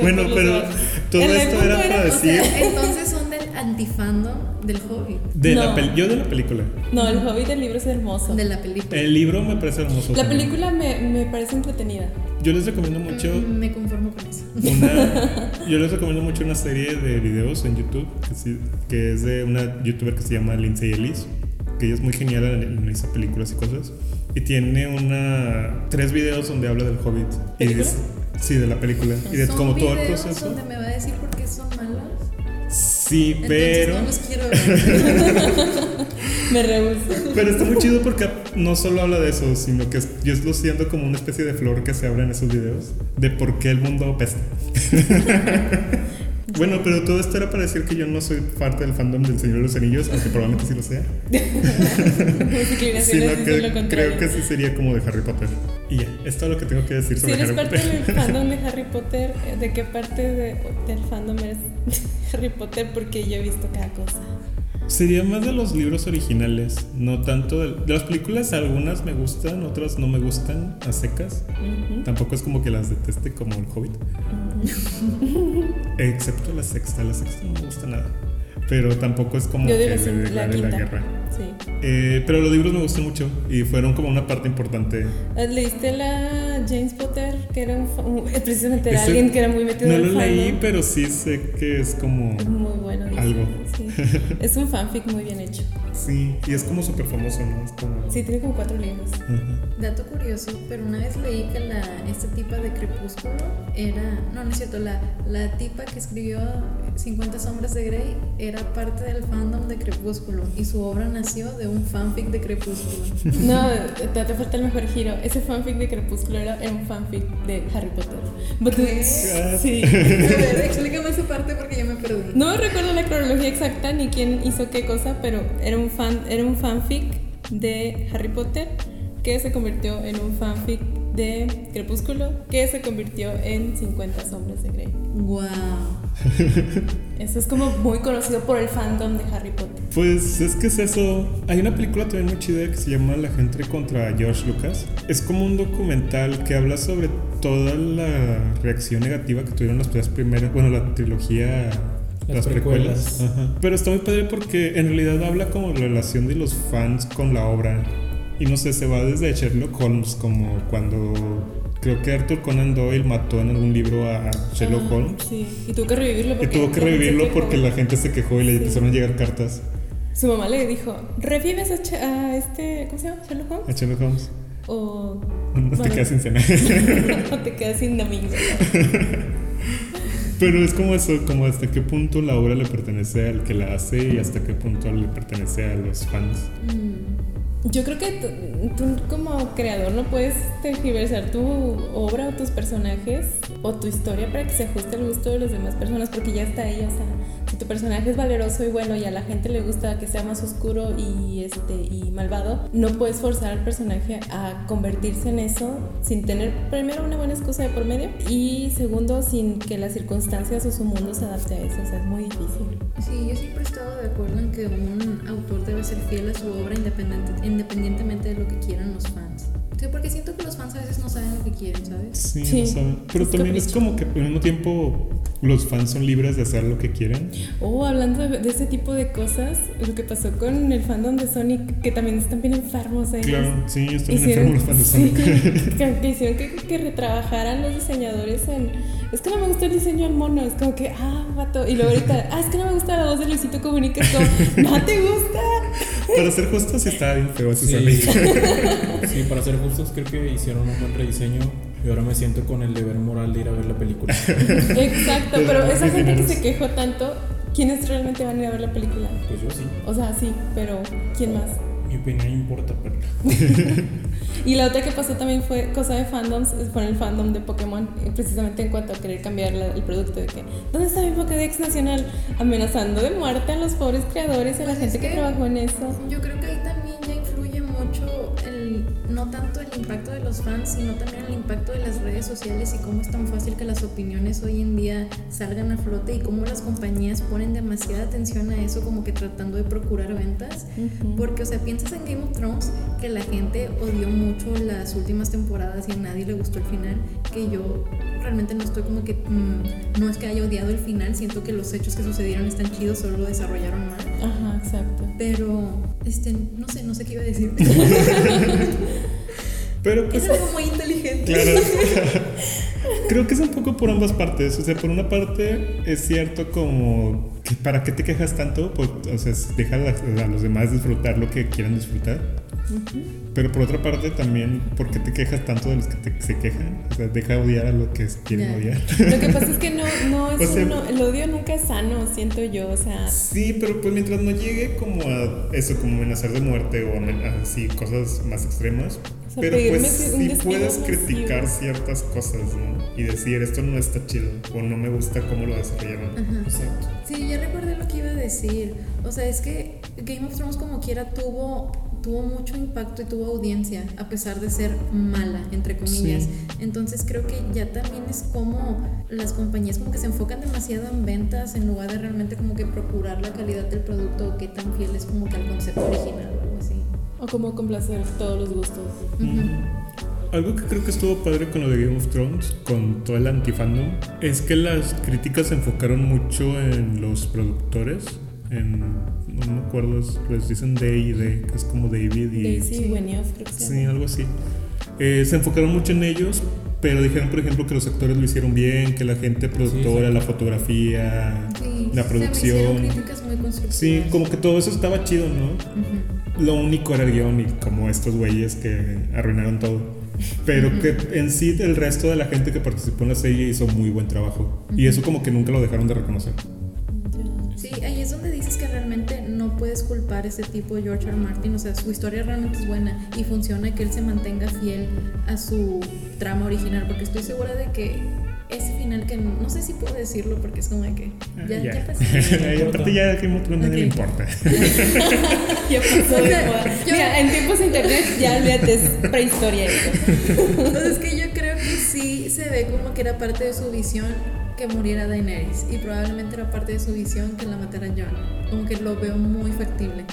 E: bueno, pero todo
C: En el
E: esto
C: mundo
E: era
C: era
E: para
A: O
E: decir
A: sea, entonces son del antifandom del Hobbit,
E: de la
C: No.
E: pel- yo de la película.
C: No, el Hobbit del libro es hermoso.
A: de la película.
E: El libro me parece hermoso.
C: La
E: también.
C: película me, me parece entretenida.
E: Yo les recomiendo mucho
A: Mm, Me conformo con eso.
E: Una- yo les recomiendo mucho una serie de videos en YouTube que, sí- que es de una youtuber que se llama Lindsay Ellis, que ella es muy genial en, en esas películas y cosas. Y tiene una tres videos donde habla del Hobbit. Y
C: ¿Película?
E: dice- sí, de la película. Y de
A: Son
E: como todo el
A: videos
E: proceso.
A: donde me va a decir por qué son malos.
E: Sí,
A: Entonces
E: pero...
A: no los quiero ver.
C: Me rehuso.
E: Pero está muy chido porque no solo habla de eso, sino que es- yo lo siento como una especie de flor que se abre en esos videos de por qué el mundo apesta. bueno, pero todo esto era para decir que yo no soy parte del fandom del Señor de los Anillos, aunque probablemente sí lo sea,
C: Mis inclinaciones
E: sino
C: dicen lo
E: que
C: contrario.
E: creo que sí sería como de Harry Potter. Y ya, es todo lo que tengo que decir
C: Si
E: sobre
C: eres
E: Harry
C: parte del
E: Potter.
C: fandom de Harry Potter, eh, ¿de qué parte de- del fandom eres Harry Potter? Porque yo he visto cada cosa.
E: Sería más de los libros originales, no tanto del- de las películas. Algunas me gustan, otras no me gustan a secas.
C: Ujú.
E: Tampoco es como que las deteste como el Hobbit. Excepto la sexta. La sexta no me gusta nada. Pero tampoco es como
C: Yo digo
E: que le
C: sí, la
E: declare la,
C: quinta.
E: guerra.
C: Sí.
E: Eh, pero los libros me gustan mucho y fueron como una parte importante.
C: Ah, ¿Leíste la James Potter? Que era un, fa- un- eh, precisamente era
E: Ese-
C: alguien que era muy metido
E: No
C: en
E: lo
C: el fandom.
E: leí, pero sí sé que es como.
C: Es Muy bueno. dice.
E: Algo.
C: Sí. Es un fanfic muy bien hecho.
E: Sí, y es como súper famoso, ¿no? Es como.
C: Sí, tiene como cuatro libros.
E: Ajá.
A: Dato curioso, pero una vez leí que la, esta tipa de Crepúsculo era, no, no es cierto, la, la tipa que escribió 50 sombras de Grey era parte del fandom de Crepúsculo y su obra nació de un fanfic de Crepúsculo.
C: No, te hace falta el mejor giro. Ese fanfic de Crepúsculo era era un fanfic de Harry Potter. But-
A: ¿Qué?
C: Sí.
A: A ver, explícame esa parte porque yo me perdí.
C: No recuerdo la cronología exacta ni quién hizo qué cosa, pero era un, fan, era un fanfic de Harry Potter que se convirtió en un fanfic de Crepúsculo que se convirtió en 50 sombras de Grey.
A: Wow.
C: Eso es como muy conocido por el fandom de Harry Potter.
E: Pues es que es eso. Hay una película también muy chida que se llama La gente contra George Lucas. Es como un documental que habla sobre toda la reacción negativa que tuvieron las tres primeras, bueno, la trilogía, las,
D: Las
E: precuelas.
D: precuelas.
E: Ajá. Pero está muy padre porque en realidad habla como la relación de los fans con la obra. Y no sé, se va desde Sherlock Holmes, como cuando creo que Arthur Conan Doyle mató en algún libro a Sherlock
C: Ah,
E: Holmes.
C: Sí, y tuvo que revivirlo.
E: Y
C: porque
E: tuvo que
C: la gente se
E: revivirlo
C: quejó.
E: porque la gente se quejó y le
C: Sí.
E: empezaron a llegar cartas
C: Su mamá le dijo, ¿revives a, Ch- a este, ¿cómo se llama? ¿Sherlock Holmes?
E: a Sherlock Holmes.
C: O...
E: No te
C: bueno,
E: quedas sin cenar.
C: o te quedas sin domingo.
E: Pero es como eso, como hasta qué punto la obra le pertenece al que la hace y hasta qué punto le pertenece a los fans.
C: Yo creo que tú- tú como creador no puedes tergiversar tu obra o tus personajes o tu historia para que se ajuste al gusto de las demás personas porque ya está ahí, o sea, si tu personaje es valeroso y bueno y a la gente le gusta que sea más oscuro y este y malvado, no puedes forzar al personaje a convertirse en eso sin tener primero una buena excusa de por medio y segundo sin que las circunstancias o su mundo se adapte a eso, o sea, es muy difícil.
A: Sí, yo siempre he estado de acuerdo en que un autor debe ser fiel a su obra independiente, independientemente de lo que quieran los fans. O sea, porque siento que los fans a veces no saben lo que quieren, ¿sabes?
E: Sí,
C: Sí,
E: no saben. Pero
C: es
E: también es
C: capricho.
E: como que al mismo tiempo los fans son libres de hacer lo que quieren.
C: Oh, hablando de, de este tipo de cosas, lo que pasó con el fandom de Sonic, que también están bien enfermos ellos.
E: Claro, sí, yo estoy bien enfermo los fans de
C: sí,
E: Sonic.
C: que- que hicieron que, que retrabajaran los diseñadores en. Es que no me gusta el diseño del mono, es como que, ah, vato. Y luego ahorita, ah, es que no me gusta la voz de Luisito Comunica, es como, no te gusta.
E: Para ser justo, sí estaba bien feo ese
D: Sí.
E: Sonic.
D: Sí, para ser justos, creo que hicieron un buen rediseño y ahora me siento con el deber moral de ir a ver la película. Pues
C: Exacto,
E: De
C: pero
E: verdad,
C: esa gente que
E: diseñadores.
C: se quejó tanto, ¿quiénes realmente van a ir a ver la película?
D: Pues yo sí.
C: O sea, sí, pero ¿quién más?
D: Mi opinión importa, pero.
C: Y la otra que pasó también fue cosa de fandoms, fue en el fandom de Pokémon, eh, precisamente en cuanto a querer cambiar la- el producto de que, ¿dónde está mi Pokédex nacional? Amenazando de muerte a los pobres creadores, a la
A: Pues
C: gente
A: es
C: que
A: que-
C: trabajó en eso.
A: Yo creo que ahí también ya influye mucho el, no tanto el impacto de los fans, sino también el impacto de las redes sociales y cómo es tan fácil que las opiniones hoy en día salgan a flote y cómo las compañías ponen demasiada atención a eso como que tratando de procurar ventas. Porque, o sea, piensas en Game of Thrones, que la gente odió mucho las últimas temporadas y a nadie le gustó el final, que yo realmente no estoy como que, mm, no es que haya odiado el final, siento que los hechos que sucedieron están chidos, solo lo desarrollaron mal.
C: Ajá, exacto.
A: Pero, este, no sé, no sé qué iba a decir.
E: Pero pues
A: es algo muy inteligente.
E: Claro. Creo que es un poco por ambas partes. O sea, por una parte es cierto como que para qué te quejas tanto, pues, o sea, deja a, a los demás disfrutar lo que quieran disfrutar. Pero por otra parte también, ¿por qué te quejas tanto de los que te- se quejan? O sea, deja odiar a los que quieren
A: Ya.
E: odiar.
C: Lo que pasa es que no, no es
E: O sea-
C: uno- el odio nunca es sano, siento yo, o sea,
E: Sí, pero pues mientras no llegue como a eso, como amenazar de muerte o amen- así cosas más extremas.
C: O sea,
E: pero
C: pedirme
E: pues
C: un
E: sí
C: despido
E: puedes
C: masivo.
E: criticar ciertas cosas, ¿no? Y decir, esto no está chido o no me gusta cómo lo desarrollaron.
A: Ajá.
D: Exacto.
A: Sí, ya recordé lo que iba a decir. O sea, es que Game of Thrones como quiera tuvo, tuvo mucho impacto y tuvo audiencia, a pesar de ser mala, entre comillas.
E: Sí.
A: Entonces creo que ya también es como las compañías como que se enfocan demasiado en ventas en lugar de realmente como que procurar la calidad del producto o qué tan fiel es como que al concepto original o algo así.
C: o como complacer todos los gustos.
A: Ujú.
E: Algo que creo que estuvo padre con lo de Game of Thrones, con todo el antifandom, es que las críticas se enfocaron mucho en los productores, en, no me acuerdo, es- les dicen Day y D, que es como David y...
C: Daisy Benioff, creo que se
E: Sí,
C: llama.
E: algo así. Eh, se enfocaron mucho en ellos, pero dijeron, por ejemplo, que los actores lo hicieron bien, que la gente productora, la fotografía,
A: Sí,
E: la
A: se me hicieron
E: producción.
A: críticas muy constructivas.
E: Sí, como que todo eso estaba chido, ¿no?
A: Ujú.
E: Lo único era el guión y como estos güeyes que arruinaron todo. Pero que en sí el resto de la gente que participó en la serie hizo muy buen trabajo. Y eso como que nunca lo dejaron de reconocer.
C: Ya.
A: Sí, ahí es donde dices que realmente no puedes culpar a ese tipo de George R. R. Martin, o sea, su historia realmente es buena y funciona que él se mantenga fiel a su trama original, porque estoy segura de que ese final que no sé si puedo decirlo porque es como de que ya,
E: Ah,
A: ya. pasó.
E: Y aparte ya Game of Thrones nadie le
A: Ok.
E: importa.
C: Ya pasó
A: O
C: de
A: sea,
C: moda.
A: yo-
C: Mira, en tiempos de internet ya olvídate, es prehistoria eso.
A: Entonces Pues que yo creo que sí se ve como que era parte de su visión que muriera Daenerys y probablemente era parte de su visión que la matara Jon. Como que lo veo muy factible.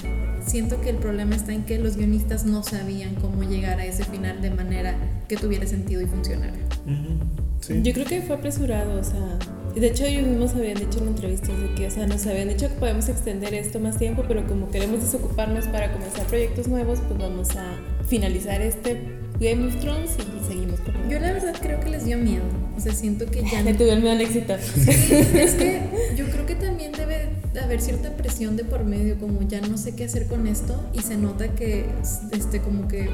A: Siento que el problema está en que los guionistas no sabían cómo llegar a ese final de manera que tuviera sentido y funcionara.
E: Ujú, Sí.
C: Yo creo que fue apresurado, o sea. De hecho, ellos mismos habían dicho en entrevistas de que, o sea, nos habían dicho que podemos extender esto más tiempo, pero como queremos desocuparnos para comenzar proyectos nuevos, pues vamos a finalizar este Game of Thrones y seguimos con
A: Yo la verdad creo que les dio miedo. O sea, siento que ya
C: Le
A: no
C: tuvieron miedo al éxito.
A: Sí, es que yo creo que también debe de haber cierta presión de por medio, como ya no sé qué hacer con esto y se nota que este como que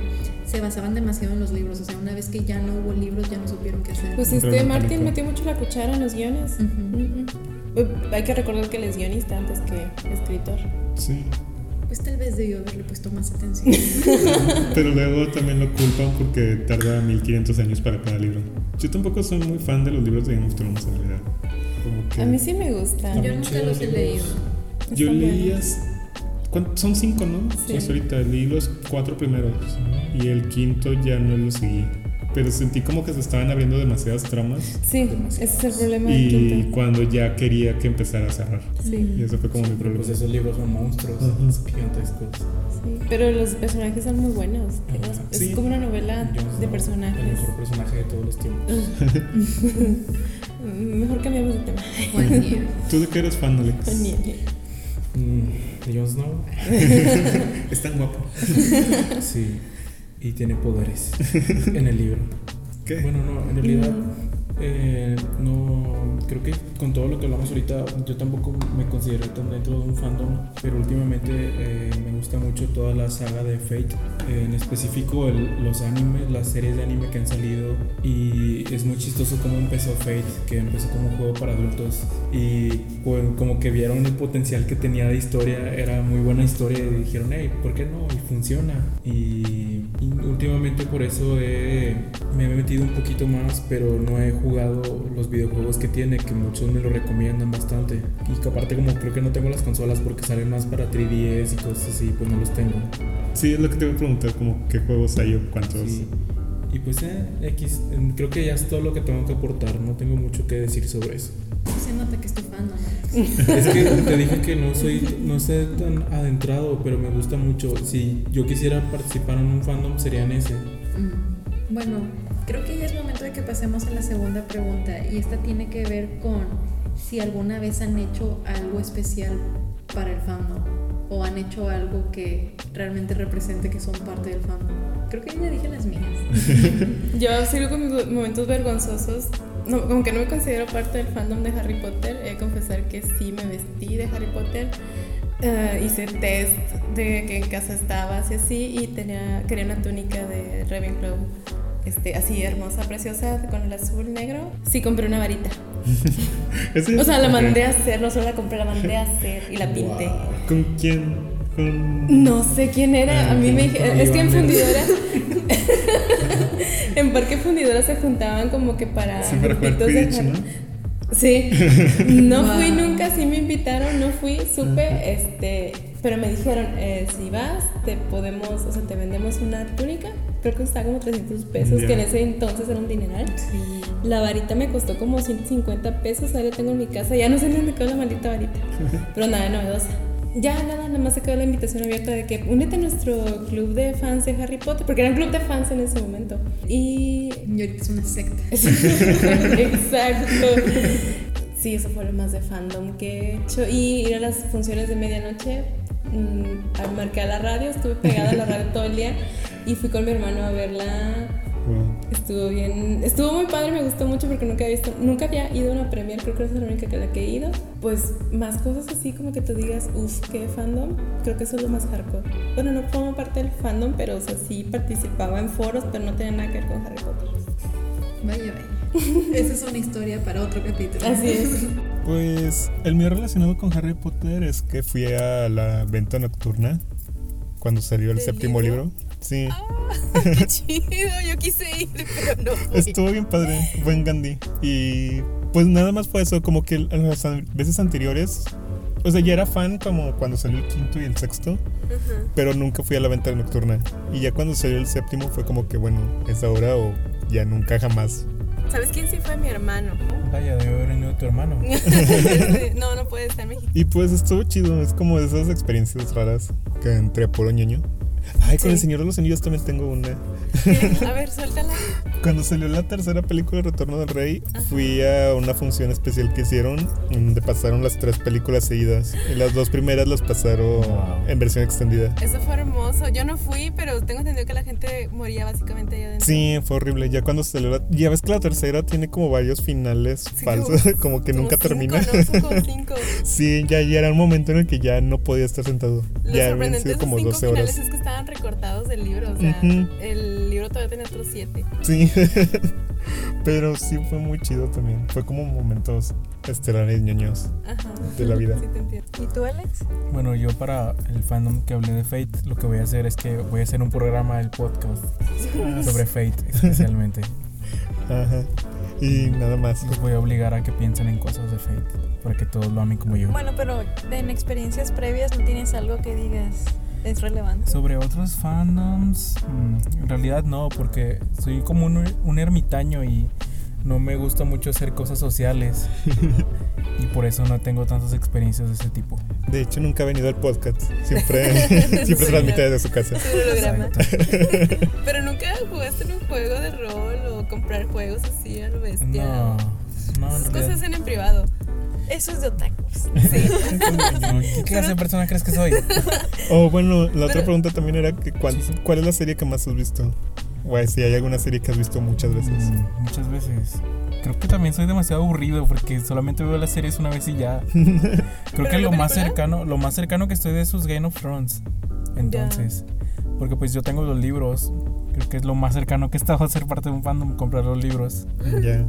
A: se basaban demasiado en los libros, o sea, una vez que ya no hubo libros ya no supieron qué hacer.
C: Pues
E: Entró
C: este
E: en
C: Martin
E: pánico.
C: metió mucho la cuchara en los guiones.
A: Ujú.
C: Ujú. Eh, Hay que recordar que él es guionista antes que escritor.
E: Sí.
A: Pues tal vez debió haberle puesto más atención.
E: Pero luego también lo culpan porque tarda 1500 años para cada libro. Yo tampoco soy muy fan de los libros de Game of Thrones en realidad. Como que
C: A mí sí me gusta.
D: Está
A: Yo
D: muy
A: nunca
D: chido
A: los he
D: libros.
A: leído.
E: Yo
C: Están
E: leías. ¿cuántos? Son cinco, ¿no?
C: Sí.
E: Pues ahorita leí los cuatro primeros y el quinto ya no lo seguí. Pero sentí como que se estaban abriendo demasiadas tramas.
C: Sí, ese es el problema del
E: Y
C: quinto.
E: cuando ya quería que empezara a cerrar.
C: Sí,
E: Y eso fue como mi problema.
D: Pues esos libros son monstruos
E: Ajá.
D: gigantescos.
C: sí. Pero los personajes son muy buenos. Es- Es
E: Sí.
C: como una novela
D: Jon
C: de
D: Snow, El
C: personajes.
D: mejor personaje de todos los tiempos.
C: Mejor cambiamos de tema.
A: Juan Nieve.
E: ¿Tú de qué eres fan, Alex?
C: Con Nieve.
D: Mm, de Jon Snow.
E: Es tan guapo.
D: Sí. Y tiene poderes en el libro.
E: ¿Qué?
D: Bueno, no, en realidad
C: Mm.
D: eh, no creo que con todo lo que hablamos ahorita yo tampoco me considero tan dentro de un fandom, pero últimamente eh, me gusta mucho toda la saga de Fate, eh, en específico el- los animes, las series de anime que han salido y es muy chistoso cómo empezó Fate, que empezó como un juego para adultos y pues, como que vieron el potencial que tenía de historia, era muy buena historia y dijeron, hey, ¿por qué no? Y funciona. Y, y últimamente por eso he- me he metido un poquito más, pero no he jugado los videojuegos que tiene, que muchos me lo recomiendan bastante. Y que aparte como creo que no tengo las consolas porque salen más para 3DS y cosas así, pues no los tengo.
E: Sí, es lo que te iba a preguntar, como qué juegos hay o cuántos.
D: Sí. Y pues eh, X, eh, creo que ya es todo lo que tengo que aportar, no tengo mucho que decir sobre eso.
A: Se nota que estoy fan. ¿no?
D: Es que te dije que no soy, no sé tan adentrado, pero me gusta mucho. Si yo quisiera participar en un fandom sería en ese.
A: Mm. Bueno, creo que ya es momento de que pasemos a la segunda pregunta y esta tiene que ver con si alguna vez han hecho algo especial para el fandom o han hecho algo que realmente represente que son parte del fandom. Creo que ya dije las mías.
C: Yo sigo con mis momentos vergonzosos. No, como que no me considero parte del fandom de Harry Potter. He de confesar que sí me vestí de Harry Potter. Eh, hice test de que en casa estabas y así. Y tenía, quería una túnica de Ravenclaw. Este, así hermosa, preciosa, con el azul negro. Sí, compré una varita.
E: Ese-
C: O sea, la
E: Ok.
C: mandé a hacer, no solo la compré, la mandé a hacer y la pinté.
E: ¿Con quién? Con.
C: No sé quién
E: Ah,
C: era, a mí me dijeron, es que en fundidora, en Parque Fundidora se juntaban como que para...
E: Sí, para jugar
C: grupitos de
E: Quidditch,
C: Harry-
E: ¿no?
C: Sí, no
A: Wow.
C: fui nunca, sí me invitaron, no fui,
E: Ah,
C: supe, este, pero me dijeron, eh, si vas, te podemos, o sea, te vendemos una túnica, creo que costaba como 300 pesos,
E: Ya.
C: que en ese entonces era un dineral.
A: Sí.
C: La varita me costó como 150 pesos, ahora tengo en mi casa, ya no sé dónde quedó la maldita varita, pero nada de novedosa. Ya nada, nada más se quedó la invitación abierta de que únete a nuestro club de fans de Harry Potter, porque era un club de fans en ese momento. Y
A: Y ahorita es una secta.
C: Exacto. Sí, eso fue lo más de fandom que he hecho. Y ir a las funciones de medianoche, mm, a- marqué a la radio, estuve pegada a la radio todo el día y fui con mi hermano a verla.
E: Wow.
C: Estuvo bien, estuvo muy padre, me gustó mucho porque nunca había visto, nunca había ido a una premier, creo que esa es la única que la que he ido. Pues más cosas así como que tú digas, uff, qué fandom, creo que eso es lo más hardcore. Bueno, no formo parte del fandom, pero o sea, sí participaba en foros, pero no tenía nada que ver con Harry Potter.
A: Vaya, vaya. Esa es una historia para otro capítulo.
C: Así es.
E: Pues el mío relacionado con Harry Potter es que fui a la venta nocturna cuando salió el
C: ¿Del
E: séptimo
C: libro? Ah,
E: libro. Sí,
C: Qué chido, yo quise ir, pero no.
E: estuvo bien padre, buen Gandhi. Y pues nada más fue eso, como que en las an- veces anteriores, o sea, ya era fan como cuando salió el quinto y el sexto, pero nunca fui a la venta nocturna. Y ya cuando salió el séptimo fue como que bueno, es ahora o ya nunca jamás.
C: ¿Sabes quién sí fue mi hermano?
D: Vaya, debe haber venido tu hermano.
C: Este, no, no puede estar en México.
E: Y pues estuvo chido, es como de esas experiencias raras que entre puro ñoño. Ay, con
C: Sí.
E: El Señor de los Anillos también tengo una.
C: A ver, suéltala.
E: Cuando salió la tercera película de Retorno del Rey, fui a una función especial que hicieron donde pasaron las tres películas seguidas. Y las dos primeras las pasaron
G: Wow.
E: en versión extendida.
C: Eso fue hermoso. Yo no fui, pero tengo entendido que la gente moría básicamente allá adentro.
E: Sí, fue horrible. Ya cuando salió la... Ya ves que la tercera tiene como varios finales
C: Sí,
E: falsos, como, que
C: Como
E: nunca
C: cinco,
E: termina.
C: ¿no? Son como cinco.
E: Sí, ya, ya era un momento en el que ya no podía estar sentado.
C: Lo
E: ya habían
C: sorprendente de
E: sido
C: esos
E: como
C: cinco
E: 12
C: finales
E: horas.
C: es que estaban recortados del libro. O sea,
E: Ujú.
C: el libro todavía tenía otros siete.
E: Sí. Pero sí fue muy chido también. Fue como momentos estelares ñoños
C: Ajá.
E: de la vida.
C: Sí, te entiendo.
H: ¿Y tú, Alex?
D: Bueno, yo para el fandom que hablé de Fate, lo que voy a hacer es que voy a hacer un programa del podcast sobre Fate especialmente.
E: Ajá. Y nada más.
D: Los voy a obligar a que piensen en cosas de Fate para que todos lo amen como yo.
A: Bueno, pero en experiencias previas no tienes algo que digas es relevante.
D: Sobre otros fandoms, mm, en realidad no, porque soy como un, un ermitaño y no me gusta mucho hacer cosas sociales. y por eso no tengo tantas experiencias de ese tipo.
E: De hecho, nunca ha venido al podcast. Siempre,
C: Sí.
E: siempre transmite desde su casa.
C: Tu holograma.
D: Exacto.
C: Pero nunca jugaste en un juego de rol o comprar juegos así a lo bestia.
D: No, no, en
C: Esas
D: realidad.
C: cosas hacen en privado.
A: Eso es de otakus.
D: No, ¿Qué clase de persona crees que soy?
E: Oh, bueno, la otra
C: Pero-
E: pregunta también era que cuán-
D: Sí, sí.
E: ¿cuál es la serie que más has visto? Guay, si hay alguna serie que has visto muchas veces.
D: Mm, muchas veces. Creo que también soy demasiado aburrido porque solamente veo las series una vez y ya. Creo que
C: ¿Pero
D: lo
C: la
D: más
C: película?
D: cercano, lo más cercano que estoy de eso es Game of Thrones. Entonces, porque pues yo tengo los libros. Creo que es lo más cercano que he estado a ser parte de un fandom, comprar los libros.
C: Mm.
E: Ya.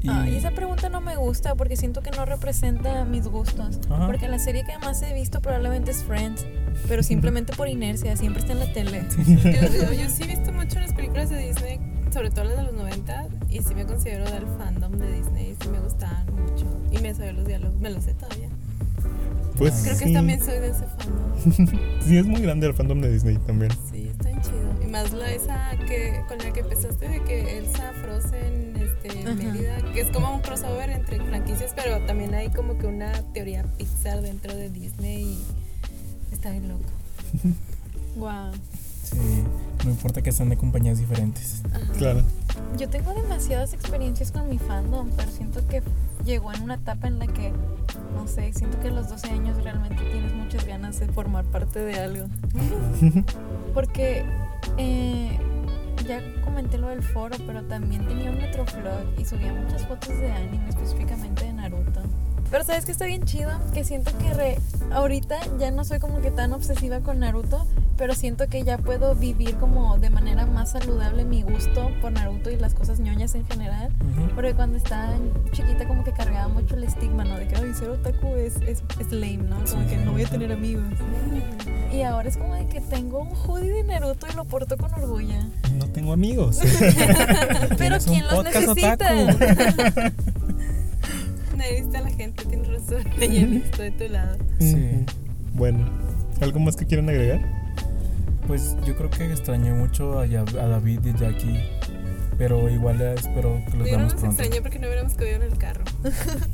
D: Y
C: Ah,
A: Ay, esa pregunta no me gusta porque siento que no representa mis gustos.
D: Ajá.
A: Porque la serie que más he visto probablemente es Friends, pero simplemente por inercia, siempre está en la tele.
C: Yo, yo- yo sí he visto mucho las películas de Disney, sobre todo las de los 90, y sí me considero del fandom de Disney, sí me gustaban mucho. Y me sabía los diálogos, me los sé todavía.
E: Pues
C: Creo
E: sí,
C: que también soy de ese fandom.
E: sí, es muy grande el fandom de Disney también.
C: Sí, está bien chido. Y más la esa que, con la que empezaste de que Elsa Frozen, este,
A: Ajá.
C: Mérida, que es como un crossover entre franquicias, pero también hay como que una teoría Pixar dentro de Disney y está bien loco. wow.
D: sí, no importa que sean de compañías diferentes.
C: Ah.
E: Claro.
A: Yo tengo demasiadas experiencias con mi fandom, pero siento que llegó en una etapa en la que, no sé, siento que a los 12 años realmente tienes muchas ganas de formar parte de algo. Porque eh, ya comenté lo del foro, pero también tenía un metroflog y subía muchas fotos de anime, específicamente de Naruto. Pero sabes que está bien chido, que siento que re- ahorita ya no soy como que tan obsesiva con Naruto, pero siento que ya puedo vivir como de manera más saludable mi gusto por Naruto y las cosas ñoñas en general.
D: Ujú.
A: Porque cuando estaba chiquita como que cargaba mucho el estigma, ¿no? De que, ay, ser otaku es, es, es lame, ¿no? Como
D: Sí.
A: que no voy a tener amigos. Y ahora es como de que tengo un hoodie de Naruto y lo porto con orgullo.
E: No tengo amigos.
A: Pero
D: Tienes un
A: ¿quién los
D: podcast otaku.
A: necesita?
C: Nerista la gente, tiene razón. Jenny, estoy de tu lado.
D: Sí.
E: Bueno, ¿algo más que quieran agregar?
D: Pues yo creo que extrañé mucho a, Ya- a David y a Jackie, pero igual eh, espero que los
C: Yo no
D: veamos
C: nos
D: pronto.
C: extrañé porque no hubiéramos comido en el carro.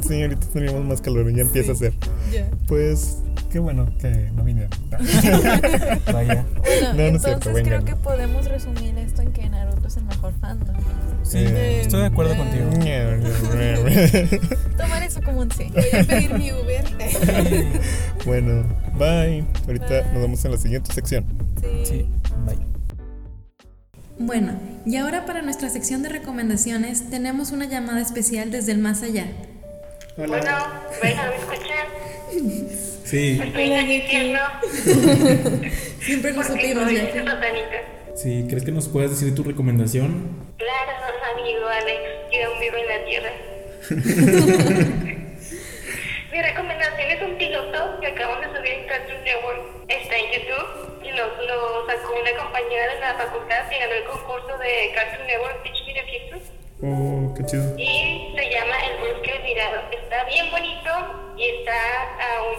E: Sí, ahorita teníamos más calor, ya empieza
C: Sí.
E: a ser.
C: Ya.
E: Pues qué bueno que no vinieron.
D: Vaya.
A: Bueno,
E: No, no es
A: entonces
E: cierto, vengan.
A: creo que podemos resumir esto en que Naruto es el mejor fandom.
D: Sí,
E: Eh,
D: estoy de acuerdo
C: eh,
D: contigo.
A: Tomar eso como un sí.
C: Voy a pedir mi Uber.
E: bueno, bye. Ahorita
C: Bye.
E: nos vemos en la siguiente sección.
D: Sí, bye.
H: Bueno, y ahora para nuestra sección de recomendaciones tenemos una llamada especial desde el más allá.
I: Bueno, bueno, ¿me escuchan?
D: Sí,
I: Estoy aquí diciendo
H: Siempre lo
I: porque
H: supimos,
I: soy
H: Jackie.
I: satánica.
D: sí, ¿crees que nos puedas decir tu recomendación?
I: Claro, amigo Alex, yo aún vivo en la tierra. Mi recomendación es un piloto que acabamos de subir en Cartoon Network. Está en YouTube y lo, lo sacó una compañera de la facultad que ganó el concurso de Cartoon Network Teach Me the Future.
E: Oh, qué chido.
I: y se llama El Bosque Olvidado. Está bien bonito y está a un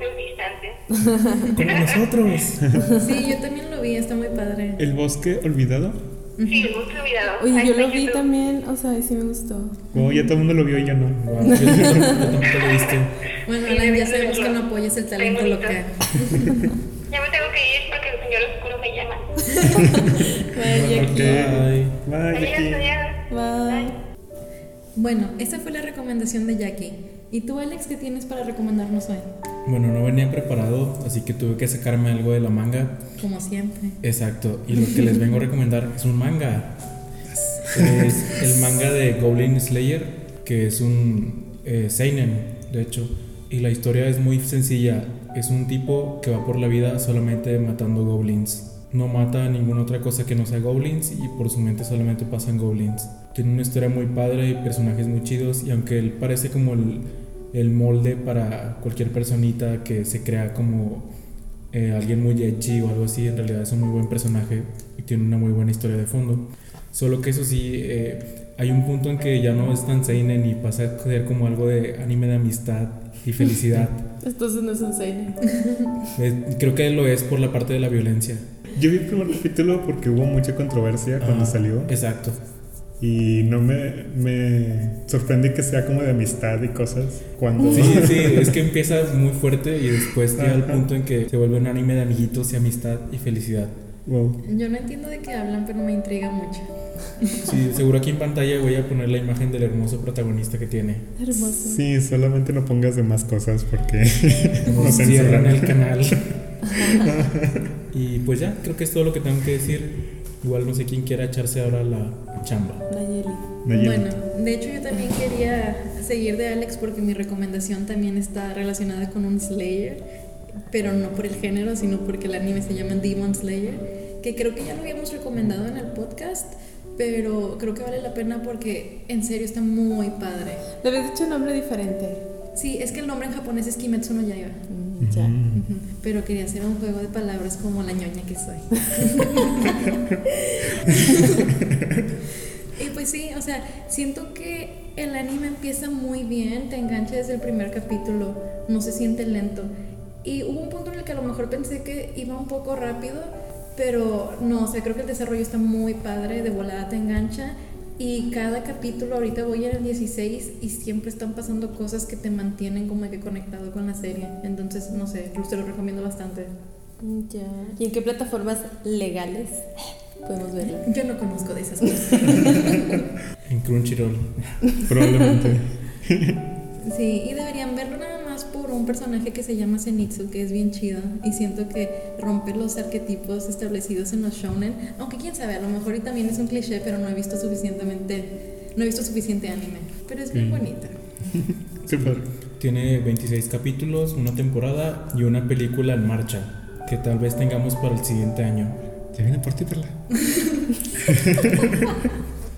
I: YouTube de un distante.
D: Como nosotros.
J: Sí, yo también lo vi, está muy padre.
E: ¿El bosque olvidado?
I: Sí, El Bosque Olvidado.
C: Oye,
I: Ahí
C: yo
I: está
C: lo
I: en
C: vi
I: YouTube.
C: también, o sea, y sí me gustó.
E: Oh, ya todo el mundo lo vio y ya no.
D: Wow, yo, yo- yo tampoco lo he visto.
J: Bueno,
I: Sí,
J: Alan,
I: debe
J: ya
I: ser
J: sabemos que
I: chulo.
J: no apoyas el talento
I: Está bonito.
J: local.
I: Ya me tengo que ir porque el señor oscuro me llama.
C: Bye, Jackie.
D: Ay.
E: Bye,
I: Adiós,
E: Jackie.
I: adiós.
C: Bye.
A: Bueno, esa fue la recomendación de Jackie. ¿Y tú, Alex, qué tienes para recomendarnos hoy?
D: Bueno, no venía preparado, así que tuve que sacarme algo de la manga.
A: Como siempre.
D: Exacto, y lo que les vengo a recomendar es un manga. Es el manga de Goblin Slayer, que es un eh, seinen, de hecho. Y la historia es muy sencilla. Es un tipo que va por la vida solamente matando goblins. No mata a ninguna otra cosa que no sea goblins y por su mente solamente pasan goblins. Tiene una historia muy padre y personajes muy chidos y aunque él parece como el, el molde para cualquier personita que se crea como eh, alguien muy edgy o algo así, en realidad es un muy buen personaje y tiene una muy buena historia de fondo. Solo que eso sí, eh, hay un punto en que ya no es tan seinen y pasa a ser como algo de anime de amistad y felicidad.
C: Entonces no es un seinen.
D: Eh, Creo que lo es por la parte de la violencia.
E: Yo vi el primer capítulo porque hubo mucha controversia cuando
D: Ah,
E: salió.
D: Exacto.
E: Y no me, me sorprende que sea como de amistad y cosas. Cuando.
D: Sí, sí, es que empieza muy fuerte y después llega al
E: Ajá.
D: punto en que se vuelve un anime de amiguitos y amistad y felicidad.
E: Wow.
A: Yo no entiendo de qué hablan, pero me intriga mucho.
D: Sí, seguro aquí en pantalla voy a poner la imagen del hermoso protagonista que tiene.
C: Hermoso.
E: Sí, solamente no pongas de más cosas porque
D: Nos
E: nos
D: cierran el
E: encierran.
D: canal. y pues ya, creo que es todo lo que tengo que decir. Igual no sé quién quiera echarse ahora la chamba.
C: Nayeli.
E: Nayeli.
A: Bueno, de hecho yo también quería seguir de Alex porque mi recomendación también está relacionada con un Slayer, pero no por el género, sino porque el anime se llama Demon Slayer, que creo que ya lo habíamos recomendado en el podcast, pero creo que vale la pena porque en serio está muy padre.
C: Le habías dicho un nombre diferente.
A: Sí, es que el nombre en japonés es Kimetsu no Yaiba,
C: Mm, Ya.
A: Ujú, pero quería hacer un juego de palabras como la ñoña que soy. Y pues sí, o sea, siento que el anime empieza muy bien, te engancha desde el primer capítulo, no se siente lento. Y hubo un punto en el que a lo mejor pensé que iba un poco rápido, pero no, o sea, creo que el desarrollo está muy padre, de volada te engancha. Y cada capítulo, ahorita voy en el 16 y siempre están pasando cosas que te mantienen como que conectado con la serie. Entonces, no sé, te lo recomiendo bastante.
C: Mm, Ya. ¿Y en qué plataformas legales podemos verlo?
A: Yo no conozco de esas cosas.
D: En Crunchyroll.
E: Probablemente.
A: Sí, y deberían verlo nada más por un personaje que se llama Zenitsu, que es bien chido. Y siento que rompe los arquetipos establecidos en los shounen. Aunque quién sabe, a lo mejor y también es un cliché, pero no he visto suficientemente, no he visto suficiente anime. Pero es bien
E: Mm.
A: bonita.
E: Sí, padre.
D: Tiene 26 capítulos, una temporada y una película en marcha. Que tal vez tengamos para el siguiente año.
E: Ya viene por ti, Perla.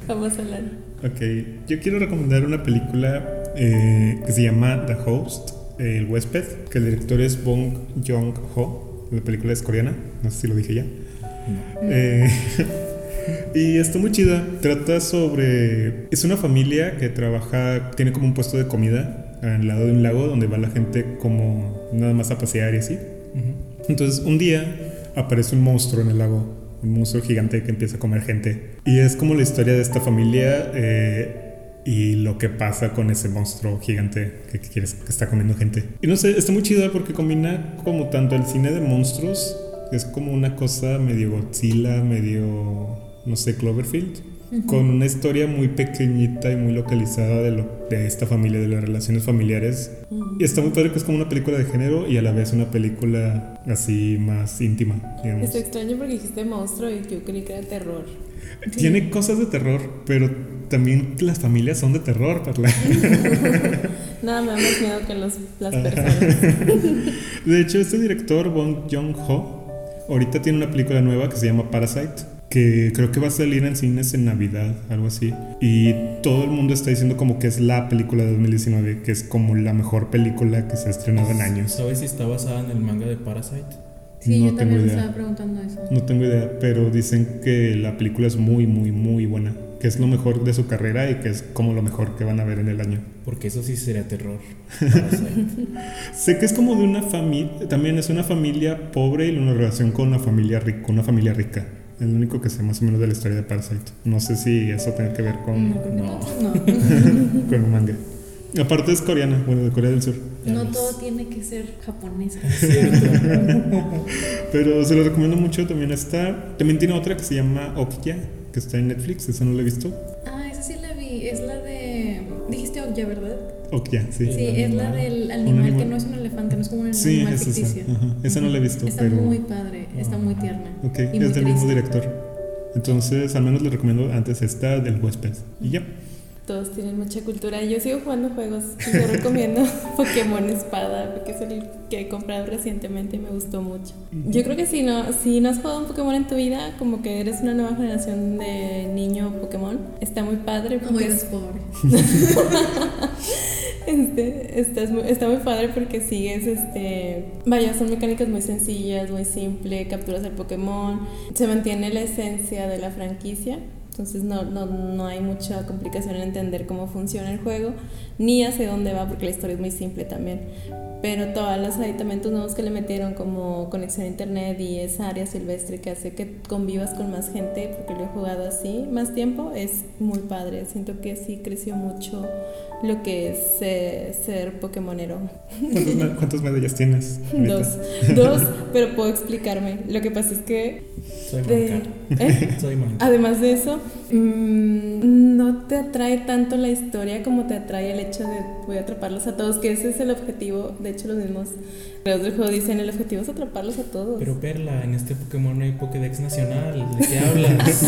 C: Vamos a hablar.
E: Ok, yo quiero recomendar una película eh, que se llama The Host, eh, El huésped, que el director es Bong Joon-ho. La película es coreana, no sé si lo dije ya. Eh, y está muy chida. Trata sobre. Es una familia que trabaja, tiene como un puesto de comida al lado de un lago donde va la gente como nada más a pasear y así.
D: Ujú.
E: Entonces un día aparece un monstruo en el lago, un monstruo gigante que empieza a comer gente. Y es como la historia de esta familia eh, y lo que pasa con ese monstruo gigante que, que quieres- que está comiendo gente. Y no sé, está muy chida porque combina como tanto el cine de monstruos, que es como una cosa medio Godzilla, medio, no sé, Cloverfield. Con una historia muy pequeñita y muy localizada de, lo, de esta familia, de las relaciones familiares y está muy padre que es como una película de género y a la vez una película así más íntima, digamos.
C: Estoy extraño porque dijiste monstruo y yo creí que era terror.
E: Tiene cosas de terror, pero también las familias son de terror, Parla.
C: Nada, me da más miedo que los, las personas.
E: De hecho, este director, Bong Joon-ho, ahorita tiene una película nueva que se llama Parasite, que creo que va a salir en cines en Navidad, algo así. Y todo el mundo está diciendo como que es la película de 2019, que es como la mejor película que se ha estrenado en años.
D: ¿Sabes si está basada en el manga de Parasite?
A: Sí,
E: No
A: yo también me
E: tengo idea.
A: estaba preguntando eso.
E: No tengo idea, pero dicen que la película es muy, muy, muy buena. Que es lo mejor de su carrera y que es como lo mejor que van a ver en el año.
D: Porque eso sí sería terror. Parasite.
E: Sé que es como de una familia. También es una familia pobre y una relación con una familia rica. Una familia rica. Es lo único que sé más o menos de la historia de Parasite. No sé si eso tiene que ver con,
A: No, creo que
D: No.
A: no. no.
E: con el manga. Aparte es coreana, bueno, de Corea del Sur.
A: No todo tiene que ser japonés.
E: Pero se lo recomiendo mucho, también está. También tiene otra que se llama Okja, que está en Netflix, esa no la he visto.
A: Ah, esa sí la vi. Es la de. Dijiste Okja, ¿verdad?
E: Okja, sí.
A: Sí, es la del animal,
E: animal.
A: que no es un elefante, no es como un
E: Sí,
A: animal
E: es esa.
A: ficticio.
E: ajá. Esa no la he visto,
A: Está
E: pero.
A: muy padre, está muy tierna.
E: Ok,
A: y muy
E: es del mismo
A: triste.
E: director. Entonces, al menos le recomiendo antes esta del huésped. Y ya.
C: Todos tienen mucha cultura. Yo sigo jugando juegos. y Yo recomiendo Pokémon Espada, porque es el que he comprado recientemente y me gustó mucho. Yo creo que si no, si no has jugado un Pokémon en tu vida, como que eres una nueva generación de niño Pokémon, está muy padre
A: No
C: porque
A: eres
C: es-
A: pobre.
C: este, estás muy- está muy padre porque sigues, este, vaya, son mecánicas muy sencillas, muy simple, capturas al Pokémon, se mantiene la esencia de la franquicia, entonces no, no, no hay mucha complicación en entender cómo funciona el juego, ni hacia dónde va, porque la historia es muy simple también. Pero todos los aditamentos nuevos que le metieron, como conexión a internet y esa área silvestre que hace que convivas con más gente, porque lo he jugado así más tiempo, es muy padre. Siento que sí creció mucho lo que es eh, ser Pokémonero.
E: ¿Cuántas, me- cuántas medallas tienes? ahorita?
C: Dos. Dos, pero puedo explicarme. Lo que pasa es que.
D: Soy
C: de-
D: manca.
C: ¿Eh?
D: Soy manca.
C: Además de eso, mm, no te atrae tanto la historia como te atrae el hecho de voy a atraparlos a todos, que ese es el objetivo. De hecho, los mismos creadores del juego dicen, el objetivo es atraparlos a todos.
D: Pero Perla, en este Pokémon no hay Pokédex nacional. ¿De qué hablas?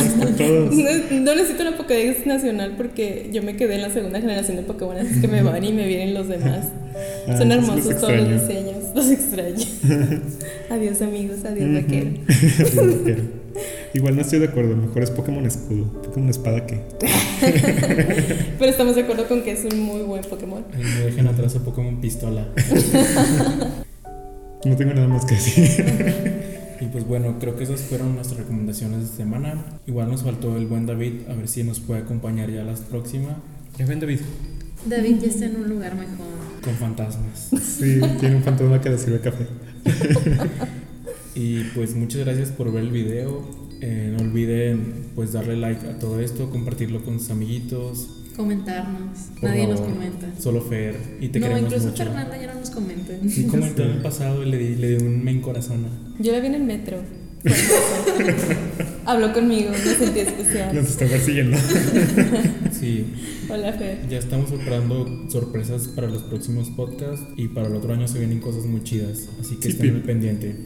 E: Todos.
C: No, no necesito la Pokédex nacional porque yo me quedé en la segunda generación de Pokémon, así que me van y me vienen los demás.
E: Ah,
C: Son
E: los
C: hermosos todos
E: extraño.
C: los diseños, los extraño. adiós amigos, adiós vaquero.
E: Ujú. Vaquero. Igual no estoy de acuerdo, mejor es Pokémon Escudo. Pokémon Espada que.
C: Pero estamos de acuerdo con que es un muy buen Pokémon.
D: Ahí me dejan atrás a Pokémon Pistola.
E: No tengo nada más que decir.
D: Y pues bueno, creo que esas fueron nuestras recomendaciones de semana. Igual nos faltó el buen David, a ver si nos puede acompañar ya las próximas. Ya ven David,
A: David ya está en un lugar mejor.
D: con fantasmas.
E: Sí, tiene un fantasma que le sirve café.
D: Y pues muchas gracias por ver el video. Eh, no olviden pues darle like a todo esto, compartirlo con sus amiguitos.
A: Comentarnos.
D: Por
A: Nadie nos
D: favor.
A: comenta.
D: Solo Fer. Y te
A: No,
D: queremos
A: incluso
D: mucho.
A: Fernanda ya no nos comenta.
D: Sí, comentó en el pasado y le di, le di un men corazón.
C: Yo la vi en el metro. Fue hermoso. Habló conmigo, me sentí especial.
E: Nos está persiguiendo.
D: Sí,
C: Hola Fer.
D: ya estamos preparando sorpresas para los próximos podcasts y para el otro año se vienen cosas muy chidas. Así que
E: Sí,
D: estén
E: pi.
D: al pendiente.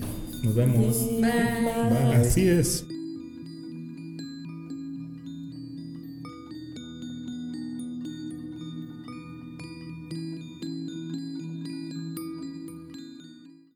D: Nos vemos.
A: Bye.
D: Bye.
E: Así es.